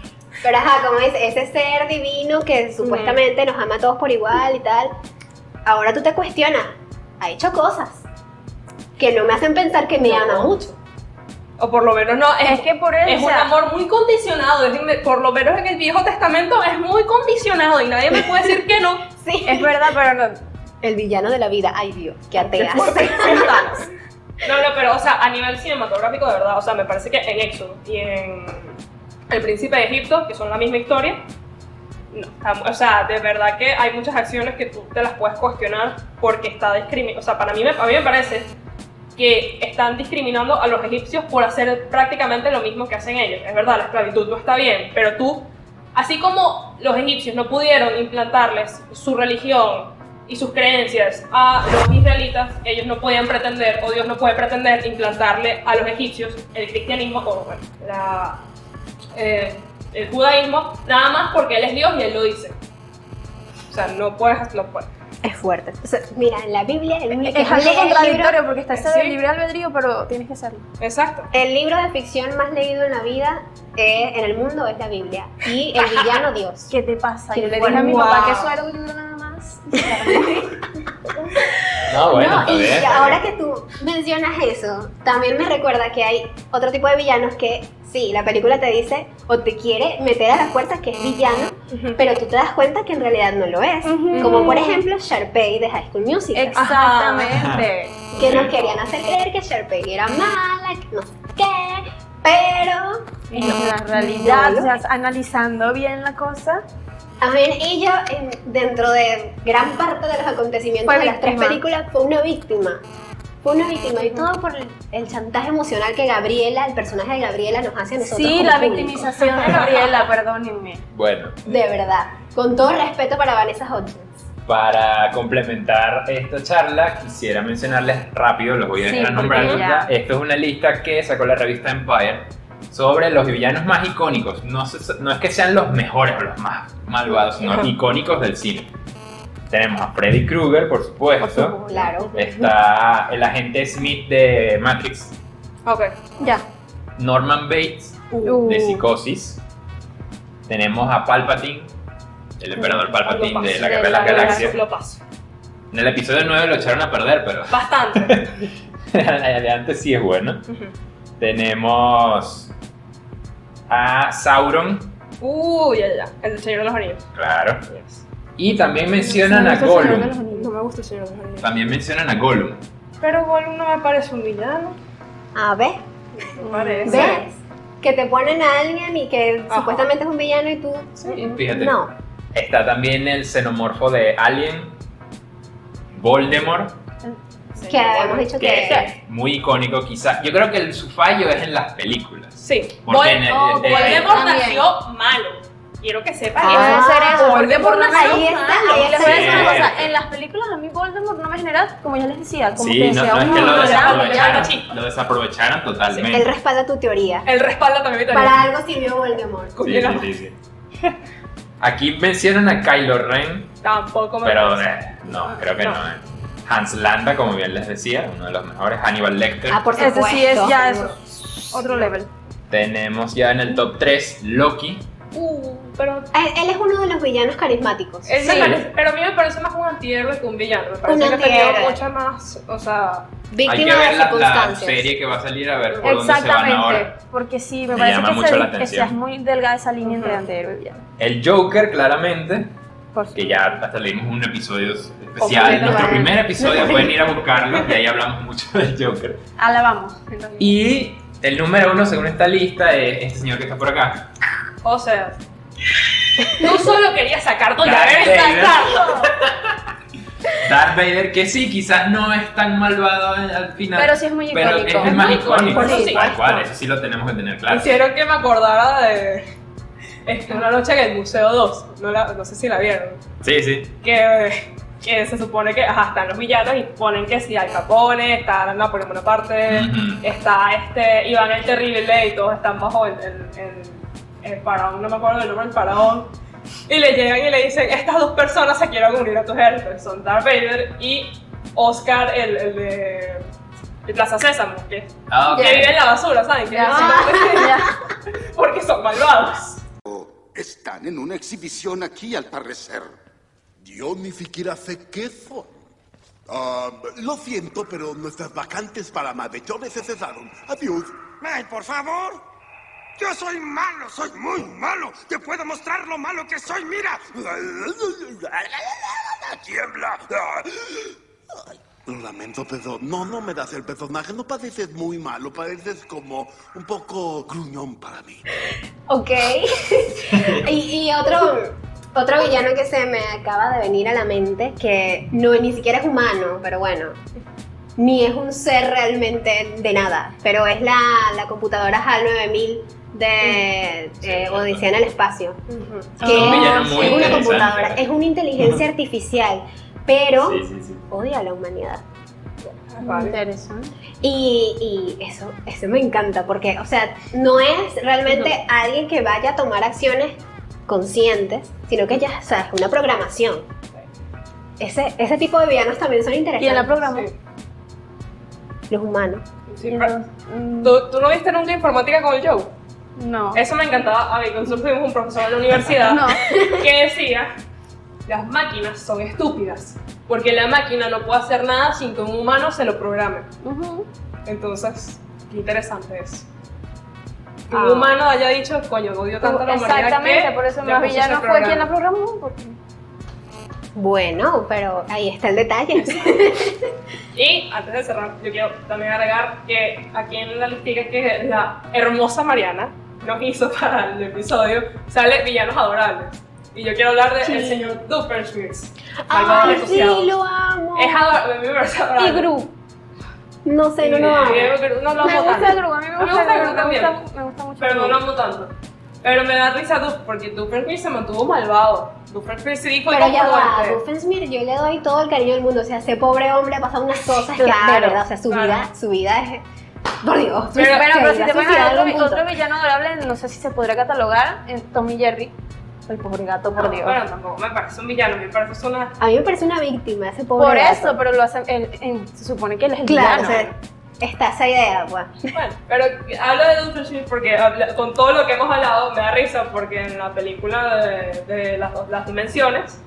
Speaker 4: Pero ajá, como es ese ser divino que supuestamente nos ama a todos por igual y tal. Ahora tú te cuestionas. Ha hecho cosas que no me hacen pensar que me ama mucho.
Speaker 2: O por lo menos no, es,
Speaker 1: Es que por eso,
Speaker 2: es
Speaker 1: o
Speaker 2: un
Speaker 1: sea,
Speaker 2: amor muy condicionado. déjenme- por lo menos en el Viejo Testamento es muy condicionado y nadie me puede
Speaker 1: (laughs)
Speaker 2: decir que no.
Speaker 4: Sí.
Speaker 1: es verdad, pero no.
Speaker 4: El villano de la vida. Ay Dios, qué ateas.
Speaker 2: No, no, pero, o sea, a nivel cinematográfico, de verdad, o sea, me parece que en Éxodo y en El Príncipe de Egipto, que son la misma historia, no, está mu- o sea, de verdad que hay muchas acciones que tú te las puedes cuestionar porque está discriminando, o sea, para mí, me- a mí me parece que están discriminando a los egipcios por hacer prácticamente lo mismo que hacen ellos. Es verdad, la esclavitud no está bien, pero tú, así como los egipcios no pudieron implantarles su religión y sus creencias a los israelitas, ellos no podían pretender, o Dios no puede pretender, implantarle a los egipcios el cristianismo o bueno, la, eh, el judaísmo, nada más porque Él es Dios y Él lo dice. O sea, no puedes, no puedes.
Speaker 4: Es fuerte. O sea, mira, en la Biblia, el único
Speaker 1: Es algo contradictorio porque está ese
Speaker 2: Sí.
Speaker 1: del libre albedrío, pero tienes que hacerlo.
Speaker 2: Exacto.
Speaker 4: El libro de ficción más leído en la vida, eh, en el mundo, es la Biblia. Y el villano Dios.
Speaker 1: ¿Qué te pasa?
Speaker 4: Qué
Speaker 1: Yo le dije
Speaker 4: bueno.
Speaker 1: a mi papá
Speaker 2: Wow.
Speaker 1: que eso era un libro nada más.
Speaker 3: No, bueno,
Speaker 4: No,
Speaker 3: está
Speaker 4: y
Speaker 3: bien. está
Speaker 4: ahora
Speaker 3: bien.
Speaker 4: que tú mencionas eso, también me recuerda que hay otro tipo de villanos que, sí, la película te dice o te quiere meter a las puertas que es villano, pero tú te das cuenta que en realidad no lo es.
Speaker 1: Ujú.
Speaker 4: Como por ejemplo Sharpay de High School Musical,
Speaker 1: Exactamente. (laughs)
Speaker 4: que nos querían hacer creer que Sharpay era mala, que no sé qué, pero...
Speaker 1: En la realidad,
Speaker 4: No,
Speaker 1: o sea, analizando bien la cosa,
Speaker 4: Amén, ella en- dentro de gran parte de los acontecimientos
Speaker 1: Fue
Speaker 4: de las tres
Speaker 1: víctima.
Speaker 4: películas fue una víctima. Fue una víctima y todo por el, el chantaje emocional que Gabriela, el personaje de Gabriela nos hace a nosotros.
Speaker 1: sí,
Speaker 4: como
Speaker 1: la
Speaker 4: público.
Speaker 1: victimización de Gabriela, perdónenme.
Speaker 3: Bueno,
Speaker 4: De verdad, con todo respeto para Vanessa Hudgens.
Speaker 3: para complementar esta charla, quisiera mencionarles rápido, los voy a
Speaker 1: Sí,
Speaker 3: dejar
Speaker 1: porque
Speaker 3: nombrando.
Speaker 1: ya-
Speaker 3: Esto es una lista que sacó la revista Empire sobre los villanos más icónicos. No, se- no es que sean los mejores o los más malvados, sino
Speaker 2: Ajá.
Speaker 3: icónicos del cine. Tenemos a Freddy Krueger, por supuesto.
Speaker 4: Claro.
Speaker 3: Está el agente Smith de Matrix.
Speaker 2: Ok.
Speaker 1: Ya.
Speaker 3: Norman Bates
Speaker 1: Uh,
Speaker 3: de Psicosis. Tenemos a Palpatine, el emperador
Speaker 2: Lo
Speaker 3: Palpatine de
Speaker 2: paso,
Speaker 3: la Guerra de
Speaker 1: de
Speaker 3: las
Speaker 1: la
Speaker 3: Galaxias.
Speaker 2: Lo paso.
Speaker 3: En el episodio 9 lo echaron a perder, pero (laughs)
Speaker 2: Bastante.
Speaker 3: el de antes sí es bueno.
Speaker 2: Ujú.
Speaker 3: Tenemos a Sauron,
Speaker 2: Uh, ya, ya, ya. El del Señor de los Anillos.
Speaker 3: claro. Y también mencionan a Gollum.
Speaker 2: No me gusta el Señor de los Anillos.
Speaker 3: También mencionan a Gollum.
Speaker 2: Pero Gollum no me parece un villano.
Speaker 4: A ver,
Speaker 2: Me parece.
Speaker 4: ¿ves? Que te ponen a alguien y que
Speaker 2: Ajá.
Speaker 4: supuestamente es un villano y tú...
Speaker 3: Sí, fíjate.
Speaker 4: No,
Speaker 3: Está también el xenomorfo de Alien, Voldemort,
Speaker 4: que habíamos dicho
Speaker 3: que
Speaker 4: que...
Speaker 3: es muy icónico quizás. Yo creo que el- su fallo es en las películas.
Speaker 2: Sí.
Speaker 3: Porque
Speaker 2: Vol-
Speaker 3: en el-
Speaker 2: oh,
Speaker 3: de-
Speaker 2: Voldemort
Speaker 1: también.
Speaker 2: nació malo. Quiero que sepan
Speaker 4: Ah,
Speaker 2: eso.
Speaker 1: Debe ser eso, porque
Speaker 2: Voldemort
Speaker 1: por lo
Speaker 2: nació
Speaker 4: ahí está,
Speaker 1: malo.
Speaker 4: ahí
Speaker 1: Les voy a decir una
Speaker 3: está.
Speaker 1: cosa, en las películas a mí Voldemort no me genera, como ya les decía, "Oh, como
Speaker 3: Sí,
Speaker 1: que
Speaker 3: no,
Speaker 1: sea
Speaker 3: no es
Speaker 1: un
Speaker 3: que lo
Speaker 2: malo,
Speaker 3: desaprovecharon.
Speaker 2: malo, chico.
Speaker 3: Lo desaprovecharon totalmente.
Speaker 4: Él respalda tu teoría.
Speaker 2: El respaldo también me
Speaker 4: Para algo sirvió Voldemort.
Speaker 3: Sí, sí, sí, sí. Aquí mencionan a Kylo Ren,
Speaker 2: Tampoco me
Speaker 3: pero
Speaker 2: parece.
Speaker 3: eh, no, creo que
Speaker 2: No.
Speaker 3: no. eh. Hans Landa, como bien les decía, uno de los mejores. Hannibal Lecter.
Speaker 4: Ah, por
Speaker 1: Ese
Speaker 4: supuesto.
Speaker 1: sí es ya es otro level.
Speaker 3: Tenemos ya en el top 3 Loki.
Speaker 2: Uh, pero.
Speaker 4: Él Ah, él es uno de los villanos carismáticos.
Speaker 2: Él me
Speaker 3: Sí.
Speaker 2: parece- pero a mí me parece más un antihéroe que un villano. Me parece
Speaker 4: Un
Speaker 2: que ha tenido
Speaker 4: antihéroe.
Speaker 2: mucha más. O sea.
Speaker 3: Hay
Speaker 4: Víctima
Speaker 3: que
Speaker 4: de
Speaker 3: ver la, la
Speaker 4: circunstancias.
Speaker 3: serie que va a salir a ver por dónde se van
Speaker 1: Exactamente,
Speaker 3: ahora.
Speaker 1: porque sí, me
Speaker 3: Me
Speaker 1: parece
Speaker 3: llama
Speaker 1: que,
Speaker 3: mucho
Speaker 1: ese-
Speaker 3: la
Speaker 1: que
Speaker 3: atención.
Speaker 1: sea muy delgada esa línea entre
Speaker 2: Ujú.
Speaker 1: antihéroe y villano.
Speaker 3: El Joker, claramente,
Speaker 1: Por su-
Speaker 3: que ya hasta leímos un episodio especial.
Speaker 2: Completo,
Speaker 3: Nuestro
Speaker 4: ¿verdad?
Speaker 3: primer episodio, pueden ir a buscarlo, y ahí hablamos mucho del Joker.
Speaker 1: Alabamos.
Speaker 3: Y el número uno, según esta lista, es este señor que está por acá,
Speaker 2: O sea. (laughs) No solo quería sacar tu
Speaker 3: Darth
Speaker 2: llave,
Speaker 3: Vader.
Speaker 2: sacarlo.
Speaker 3: Darth Vader, que sí, quizás no es tan malvado en- al final.
Speaker 1: Pero sí es muy
Speaker 3: pero es
Speaker 1: icónico.
Speaker 3: el más icónico.
Speaker 2: por
Speaker 3: sí,
Speaker 2: supuesto.
Speaker 3: Tal cual, eso sí lo tenemos que tener claro.
Speaker 2: Hicieron que me acordara de. Este, una noche en el Museo 2, no, la- no sé si la vieron,
Speaker 3: Sí, sí.
Speaker 2: que, que se supone que ajá, están los villanos y ponen que si Al Capone, está Napoleón Bonaparte,
Speaker 3: Ujú.
Speaker 2: está este Iván el Terrible y todos están bajo el, el, el- el faraón, no me acuerdo el nombre del faraón. Y le llegan y le dicen, estas dos personas se quieren unir a tu ejército, y son Darth Vader y Oscar, el, el de, de Plaza Sésamo, que,
Speaker 3: Ah, ok.
Speaker 2: que vive en la basura, ¿saben? Que
Speaker 1: (laughs) Ya, ya.
Speaker 2: (laughs) porque son malvados.
Speaker 5: Están en una exhibición aquí, al parecer.
Speaker 6: Yo ni siquiera sé qué son. Ah, lo siento, pero nuestras vacantes para mabellones se cesaron. Adiós.
Speaker 7: ¡Ay, por favor! Yo soy malo, soy muy malo. Te puedo mostrar lo malo que soy, mira.
Speaker 6: (laughs) ¡Tiembla! Ay, Lamento, pero no, no me das el personaje. No pareces muy malo, pareces como un poco gruñón para mí.
Speaker 4: Ok. (laughs) y, y otro, otro villano que se me acaba de venir a la mente, que no ni siquiera es humano, pero bueno, ni es un ser realmente de nada, pero es la, la computadora HAL 9000 de eh, Odisea en el espacio. Que
Speaker 3: un villano
Speaker 4: es
Speaker 3: muy
Speaker 4: una
Speaker 3: interesante.
Speaker 4: computadora, es una inteligencia artificial, pero
Speaker 3: Sí, sí, sí.
Speaker 4: odia a la humanidad.
Speaker 1: Interesante.
Speaker 4: Y, y eso, eso me encanta, porque, o sea, no es realmente alguien que vaya a tomar acciones conscientes, sino que ya, o sea, es una programación. Ese, ese tipo de villanos también son
Speaker 1: ¿Quién la
Speaker 4: interesantes.
Speaker 1: programó?
Speaker 2: Sí.
Speaker 4: Los humanos.
Speaker 2: Sí, pero-
Speaker 1: Mm,
Speaker 2: Ah, ¿Tú, tú no viste nunca informática con el Joe?
Speaker 1: No.
Speaker 2: Eso me encantaba. A mí, nosotros tuvimos un profesor en la
Speaker 1: (laughs)
Speaker 2: universidad (laughs)
Speaker 1: No.
Speaker 2: que decía, las máquinas son estúpidas, porque la máquina no puede hacer nada sin que un humano se lo programe.
Speaker 1: Ujú.
Speaker 2: Entonces, qué interesante es. Que
Speaker 1: Ah.
Speaker 2: Un humano haya dicho, coño, odio tanto a la humanidad
Speaker 1: Exactamente,
Speaker 2: que
Speaker 1: por eso
Speaker 2: le
Speaker 1: más
Speaker 2: puso ese
Speaker 1: villano fue
Speaker 2: programa".
Speaker 1: quien la programó. porque-
Speaker 4: Bueno, pero ahí está el
Speaker 1: (laughs)
Speaker 4: detalle.
Speaker 2: Y antes de cerrar, yo quiero también agregar que aquí en la listica que la hermosa Mariana nos hizo para el episodio sale Villanos Adorables. Y yo quiero hablar del
Speaker 4: Sí.
Speaker 2: señor Doofenshmirtz.
Speaker 4: ¡Ay,
Speaker 2: malvado
Speaker 4: sí,
Speaker 2: asociado.
Speaker 4: lo amo!
Speaker 2: Es adorable, a mí me parece
Speaker 4: Y
Speaker 2: adorable.
Speaker 4: Gru. No sé, no lo amo.
Speaker 2: Y Gru, no lo
Speaker 1: Me
Speaker 2: amo
Speaker 1: gusta
Speaker 2: tanto,
Speaker 1: Gru, a mí me
Speaker 2: Me
Speaker 1: gusta
Speaker 2: gusta
Speaker 1: Gru,
Speaker 2: Gru
Speaker 1: me
Speaker 2: también.
Speaker 1: gusta- me gusta mucho.
Speaker 2: pero no
Speaker 1: Gru.
Speaker 2: lo amo tanto. Pero me da risa Doof, porque Doofenshmirtz se mantuvo malvado. Doofenshmirtz sí dijo
Speaker 4: Pero
Speaker 2: "Hijo,
Speaker 4: ya va,
Speaker 2: muerte".
Speaker 4: Doofenshmirtz, yo le doy todo el cariño del mundo. O sea, ese pobre hombre ha pasado unas cosas que, de
Speaker 1: Claro,
Speaker 4: verdad, o sea, su
Speaker 2: claro.
Speaker 4: vida, su vida es... Por Dios, su- se
Speaker 1: Pero, bueno, pero
Speaker 4: irá
Speaker 1: si
Speaker 4: a
Speaker 1: te pones
Speaker 4: suicidar
Speaker 1: a
Speaker 4: en algún
Speaker 1: otro,
Speaker 4: punto.
Speaker 1: otro villano adorable, no sé si se podría catalogar en Tommy Jerry. Ah, El pobre gato, por
Speaker 2: No,
Speaker 1: Dios.
Speaker 2: Bueno, tampoco me parece un villano, me parece una...
Speaker 4: A mí me parece una víctima ese pobre
Speaker 1: por
Speaker 4: gato.
Speaker 1: eso, pero lo hacen. él- él- se supone que él es el
Speaker 4: Claro,
Speaker 1: villano.
Speaker 4: o sea, está esa idea, (laughs) pues.
Speaker 2: Bueno, pero hablo de Doofenshmirtz porque habla- con todo lo que hemos hablado me da risa porque en la película de, de las, dos- las dimensiones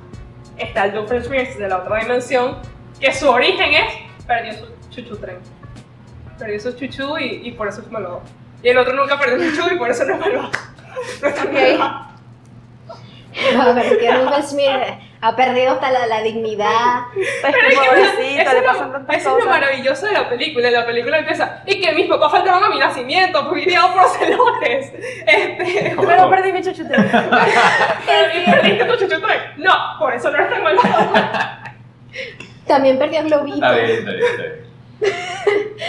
Speaker 2: está el Doofenshmirtz de la otra dimensión que su origen es perdió su chuchu tren. Perdió su chuchu y, y por eso es malvado. Y el otro nunca perdió su chuchu y por eso no es malvado. No está malvado.
Speaker 4: No, pero es que Doofenshmirtz ha perdido hasta la, la dignidad.
Speaker 1: (laughs) Pues
Speaker 2: Pero
Speaker 1: que
Speaker 2: es que
Speaker 1: pobrecito,
Speaker 2: eso
Speaker 1: le
Speaker 2: es lo-
Speaker 1: pasan tantas
Speaker 2: eso es lo
Speaker 1: cosas.
Speaker 2: maravilloso de la película. La película empieza y que mis papás faltaron a mi nacimiento, fui criado por celotes. (laughs) Este,
Speaker 3: (laughs)
Speaker 1: Pero perdí mi chuchute.
Speaker 2: Pero, ¿y perdiste tu chuchu tren? No, por eso no eres tan malvado.
Speaker 4: También perdió el globito.
Speaker 3: Está bien, está bien, está bien.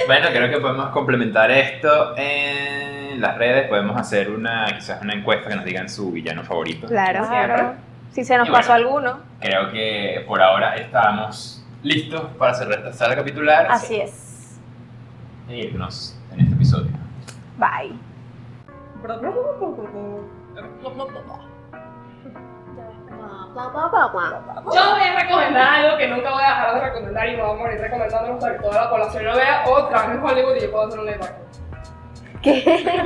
Speaker 3: Bueno, creo que podemos complementar esto en las redes. Podemos hacer una, quizás una encuesta que nos digan su villano favorito.
Speaker 4: Claro.
Speaker 3: Siempre.
Speaker 1: Claro. Si se nos
Speaker 3: Y bueno.
Speaker 1: pasó alguno.
Speaker 3: Creo que por ahora estamos listos para cerrar esta sala capitular
Speaker 1: Así es.
Speaker 3: e irnos en este episodio.
Speaker 1: Bye.
Speaker 2: Yo voy a recomendar algo que nunca voy a dejar de recomendar y me voy a morir recomendándolo hasta que toda la población lo vea o trabaje en Hollywood y yo puedo hacer un live action.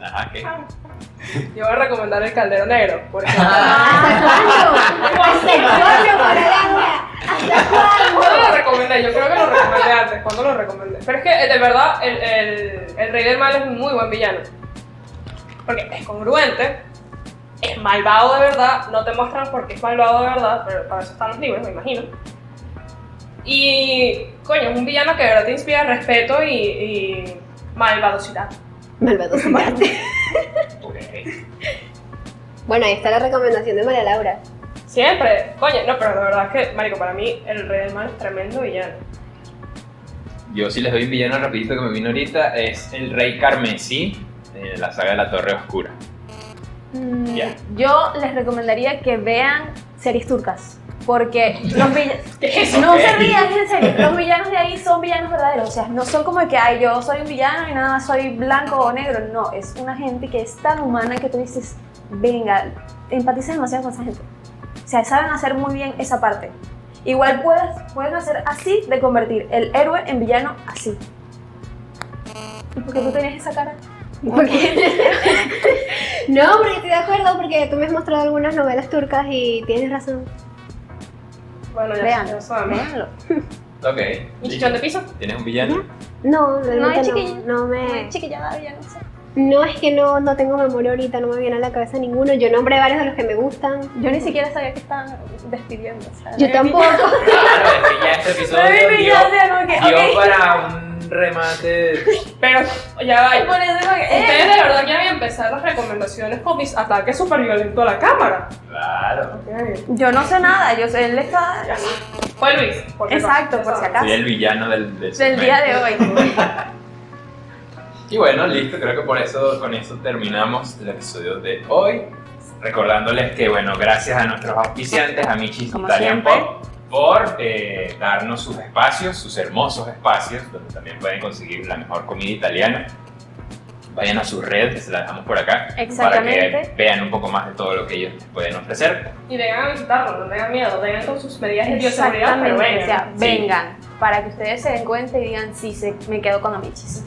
Speaker 3: Ajá, que
Speaker 2: Yo voy a recomendar El Caldero Negro, por ejemplo.
Speaker 4: ¿Hasta cuándo? ¿Hasta cuándo, Maraganda? ¿Hasta cuándo?
Speaker 2: ¿Cuándo lo recomendé? Yo creo que lo recomendé antes. ¿Cuándo lo recomendé? Pero es que, eh, de verdad, el, el- el Rey del Mal es un muy buen villano. Porque es congruente, es malvado de verdad, no te muestran por qué es malvado de verdad, pero para eso están los libros, me imagino. Y, coño, es un villano que de verdad te inspira respeto y, y malvadosidad.
Speaker 4: Malvadosidad.
Speaker 3: ok.
Speaker 4: Bueno, ahí está la recomendación de María Laura.
Speaker 2: Siempre, coño, no, pero de verdad es que, marico, para mí el Rey del Mal es tremendo villano.
Speaker 3: Yo sí les doy un villano rapidito eh, que me vino ahorita. Es el Rey Carmesí de la saga de la Torre Oscura.
Speaker 1: Mm,
Speaker 3: Ya.
Speaker 1: Yo les recomendaría que vean series turcas.
Speaker 3: (laughs)
Speaker 1: Porque los villanos.
Speaker 3: eso?
Speaker 1: No
Speaker 3: ¿Qué?
Speaker 1: se rían, es en serio. Los villanos de ahí son villanos verdaderos. O sea, no son como que, ay, yo soy un villano y nada más soy blanco o negro. No, es una gente que es tan humana que tú dices, venga, empatizas demasiado con esa gente. O sea, saben hacer muy bien esa parte. Igual puedes, pueden hacer así de convertir el héroe en villano así. ¿Y por qué tú tenías esa cara?
Speaker 4: (laughs) No, porque estoy de acuerdo, porque tú me has mostrado algunas novelas turcas y tienes razón.
Speaker 2: Bueno, ya
Speaker 1: Vean,
Speaker 2: ya sabemos.
Speaker 1: véanlo.
Speaker 3: Ok.
Speaker 2: ¿Y chichón de piso?
Speaker 3: ¿Tienes un villano?
Speaker 4: No, realmente no,
Speaker 1: chiquillo.
Speaker 4: no
Speaker 3: Eh.
Speaker 4: me...
Speaker 1: Chiquilla, villano, sí.
Speaker 4: No, es que no, no tengo memoria ahorita, no me viene a la cabeza ninguno. Yo nombré varios de los que me gustan.
Speaker 1: Yo ni siquiera sabía que estaban despidiendo. o sea,
Speaker 4: Yo
Speaker 1: no-
Speaker 4: tampoco. (laughs)
Speaker 3: Claro, es que ya este episodio
Speaker 1: Ay, mi
Speaker 3: dio,
Speaker 1: gracia, como que,
Speaker 3: dio
Speaker 1: ok.
Speaker 3: para un remate.
Speaker 2: Pero, ya va.
Speaker 1: Ay, por eso como que, eh.
Speaker 2: Ustedes de verdad que voy a empezar las recomendaciones con mis ataques súper violentos a la cámara.
Speaker 3: Claro.
Speaker 1: Yo no sé nada, yo sé, él está
Speaker 2: Fue Luis. por si acaso.
Speaker 1: Exacto, por si acaso.
Speaker 3: Soy el villano del, del
Speaker 1: del día de (laughs) hoy.
Speaker 3: Y bueno, listo, creo que por eso, con eso terminamos el episodio de hoy. Recordándoles que, bueno, gracias a nuestros auspiciantes, a Michis
Speaker 1: Como
Speaker 3: Italian
Speaker 1: siempre.
Speaker 3: Pop, por eh, darnos sus espacios, sus hermosos espacios, donde también pueden conseguir la mejor comida italiana. Vayan a su red, que se la dejamos por acá, para que
Speaker 1: Exactamente.
Speaker 3: vean un poco más de todo lo que ellos les pueden ofrecer.
Speaker 2: Y vengan a visitarnos, no tengan miedo, vengan con sus medidas de bioseguridad,
Speaker 1: Exactamente,
Speaker 2: pero
Speaker 1: o
Speaker 2: vengan.
Speaker 1: sea,
Speaker 3: Sí.
Speaker 1: vengan, para que ustedes se den cuenta y digan, sí, se, me quedo con Amichis.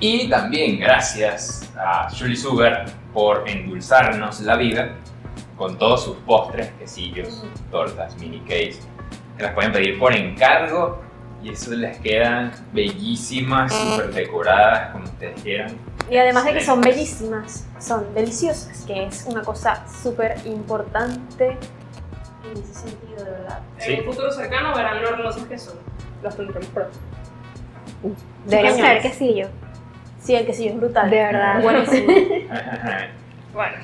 Speaker 3: Y también gracias a Julie Sugar por endulzarnos la vida con todos sus postres, quesillos, tortas, mini cakes. que Las pueden pedir por encargo y eso les quedan bellísimas, súper decoradas, como ustedes quieran. (laughs)
Speaker 1: Y además de que son
Speaker 3: Excelente.
Speaker 1: bellísimas, son deliciosas, que es una cosa súper importante en ese sentido, de verdad.
Speaker 3: Sí.
Speaker 2: En un futuro cercano verán lo hermosos que son. Los tendremos pronto.
Speaker 4: Deberían
Speaker 1: Señores.
Speaker 4: saber que sí, yo.
Speaker 1: Sí, el quesillo es brutal.
Speaker 4: De verdad.
Speaker 1: Buenísimo.
Speaker 2: Bueno,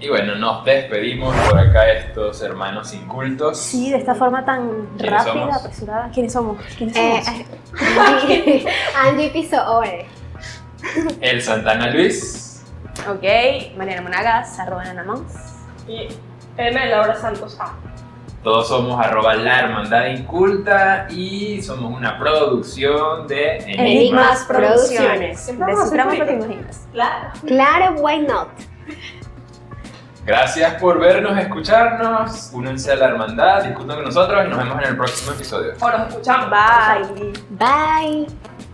Speaker 3: y bueno, nos despedimos por acá estos hermanos incultos.
Speaker 1: Sí, de esta forma tan
Speaker 3: ¿Quiénes
Speaker 1: rápida,
Speaker 3: somos?
Speaker 1: apresurada. ¿Quiénes somos? ¿Quiénes
Speaker 4: Eh,
Speaker 1: somos?
Speaker 4: (laughs) Angie- Angie Piso Ore.
Speaker 3: El Santana Luis.
Speaker 4: eh.
Speaker 1: Ok, Mariana Monagas, arroba Ana Mons.
Speaker 2: y M. Laura Santos A.
Speaker 3: Todos somos arroba la hermandad inculta y somos una producción de
Speaker 4: Enigmas Producciones.
Speaker 1: De sus dramas lo que imaginas.
Speaker 2: Claro.
Speaker 4: Claro, why not?
Speaker 3: Gracias por vernos, escucharnos. Únanse a la hermandad, discutan con nosotros y nos vemos en el próximo episodio.
Speaker 2: O los escuchamos.
Speaker 1: Bye.
Speaker 4: Bye.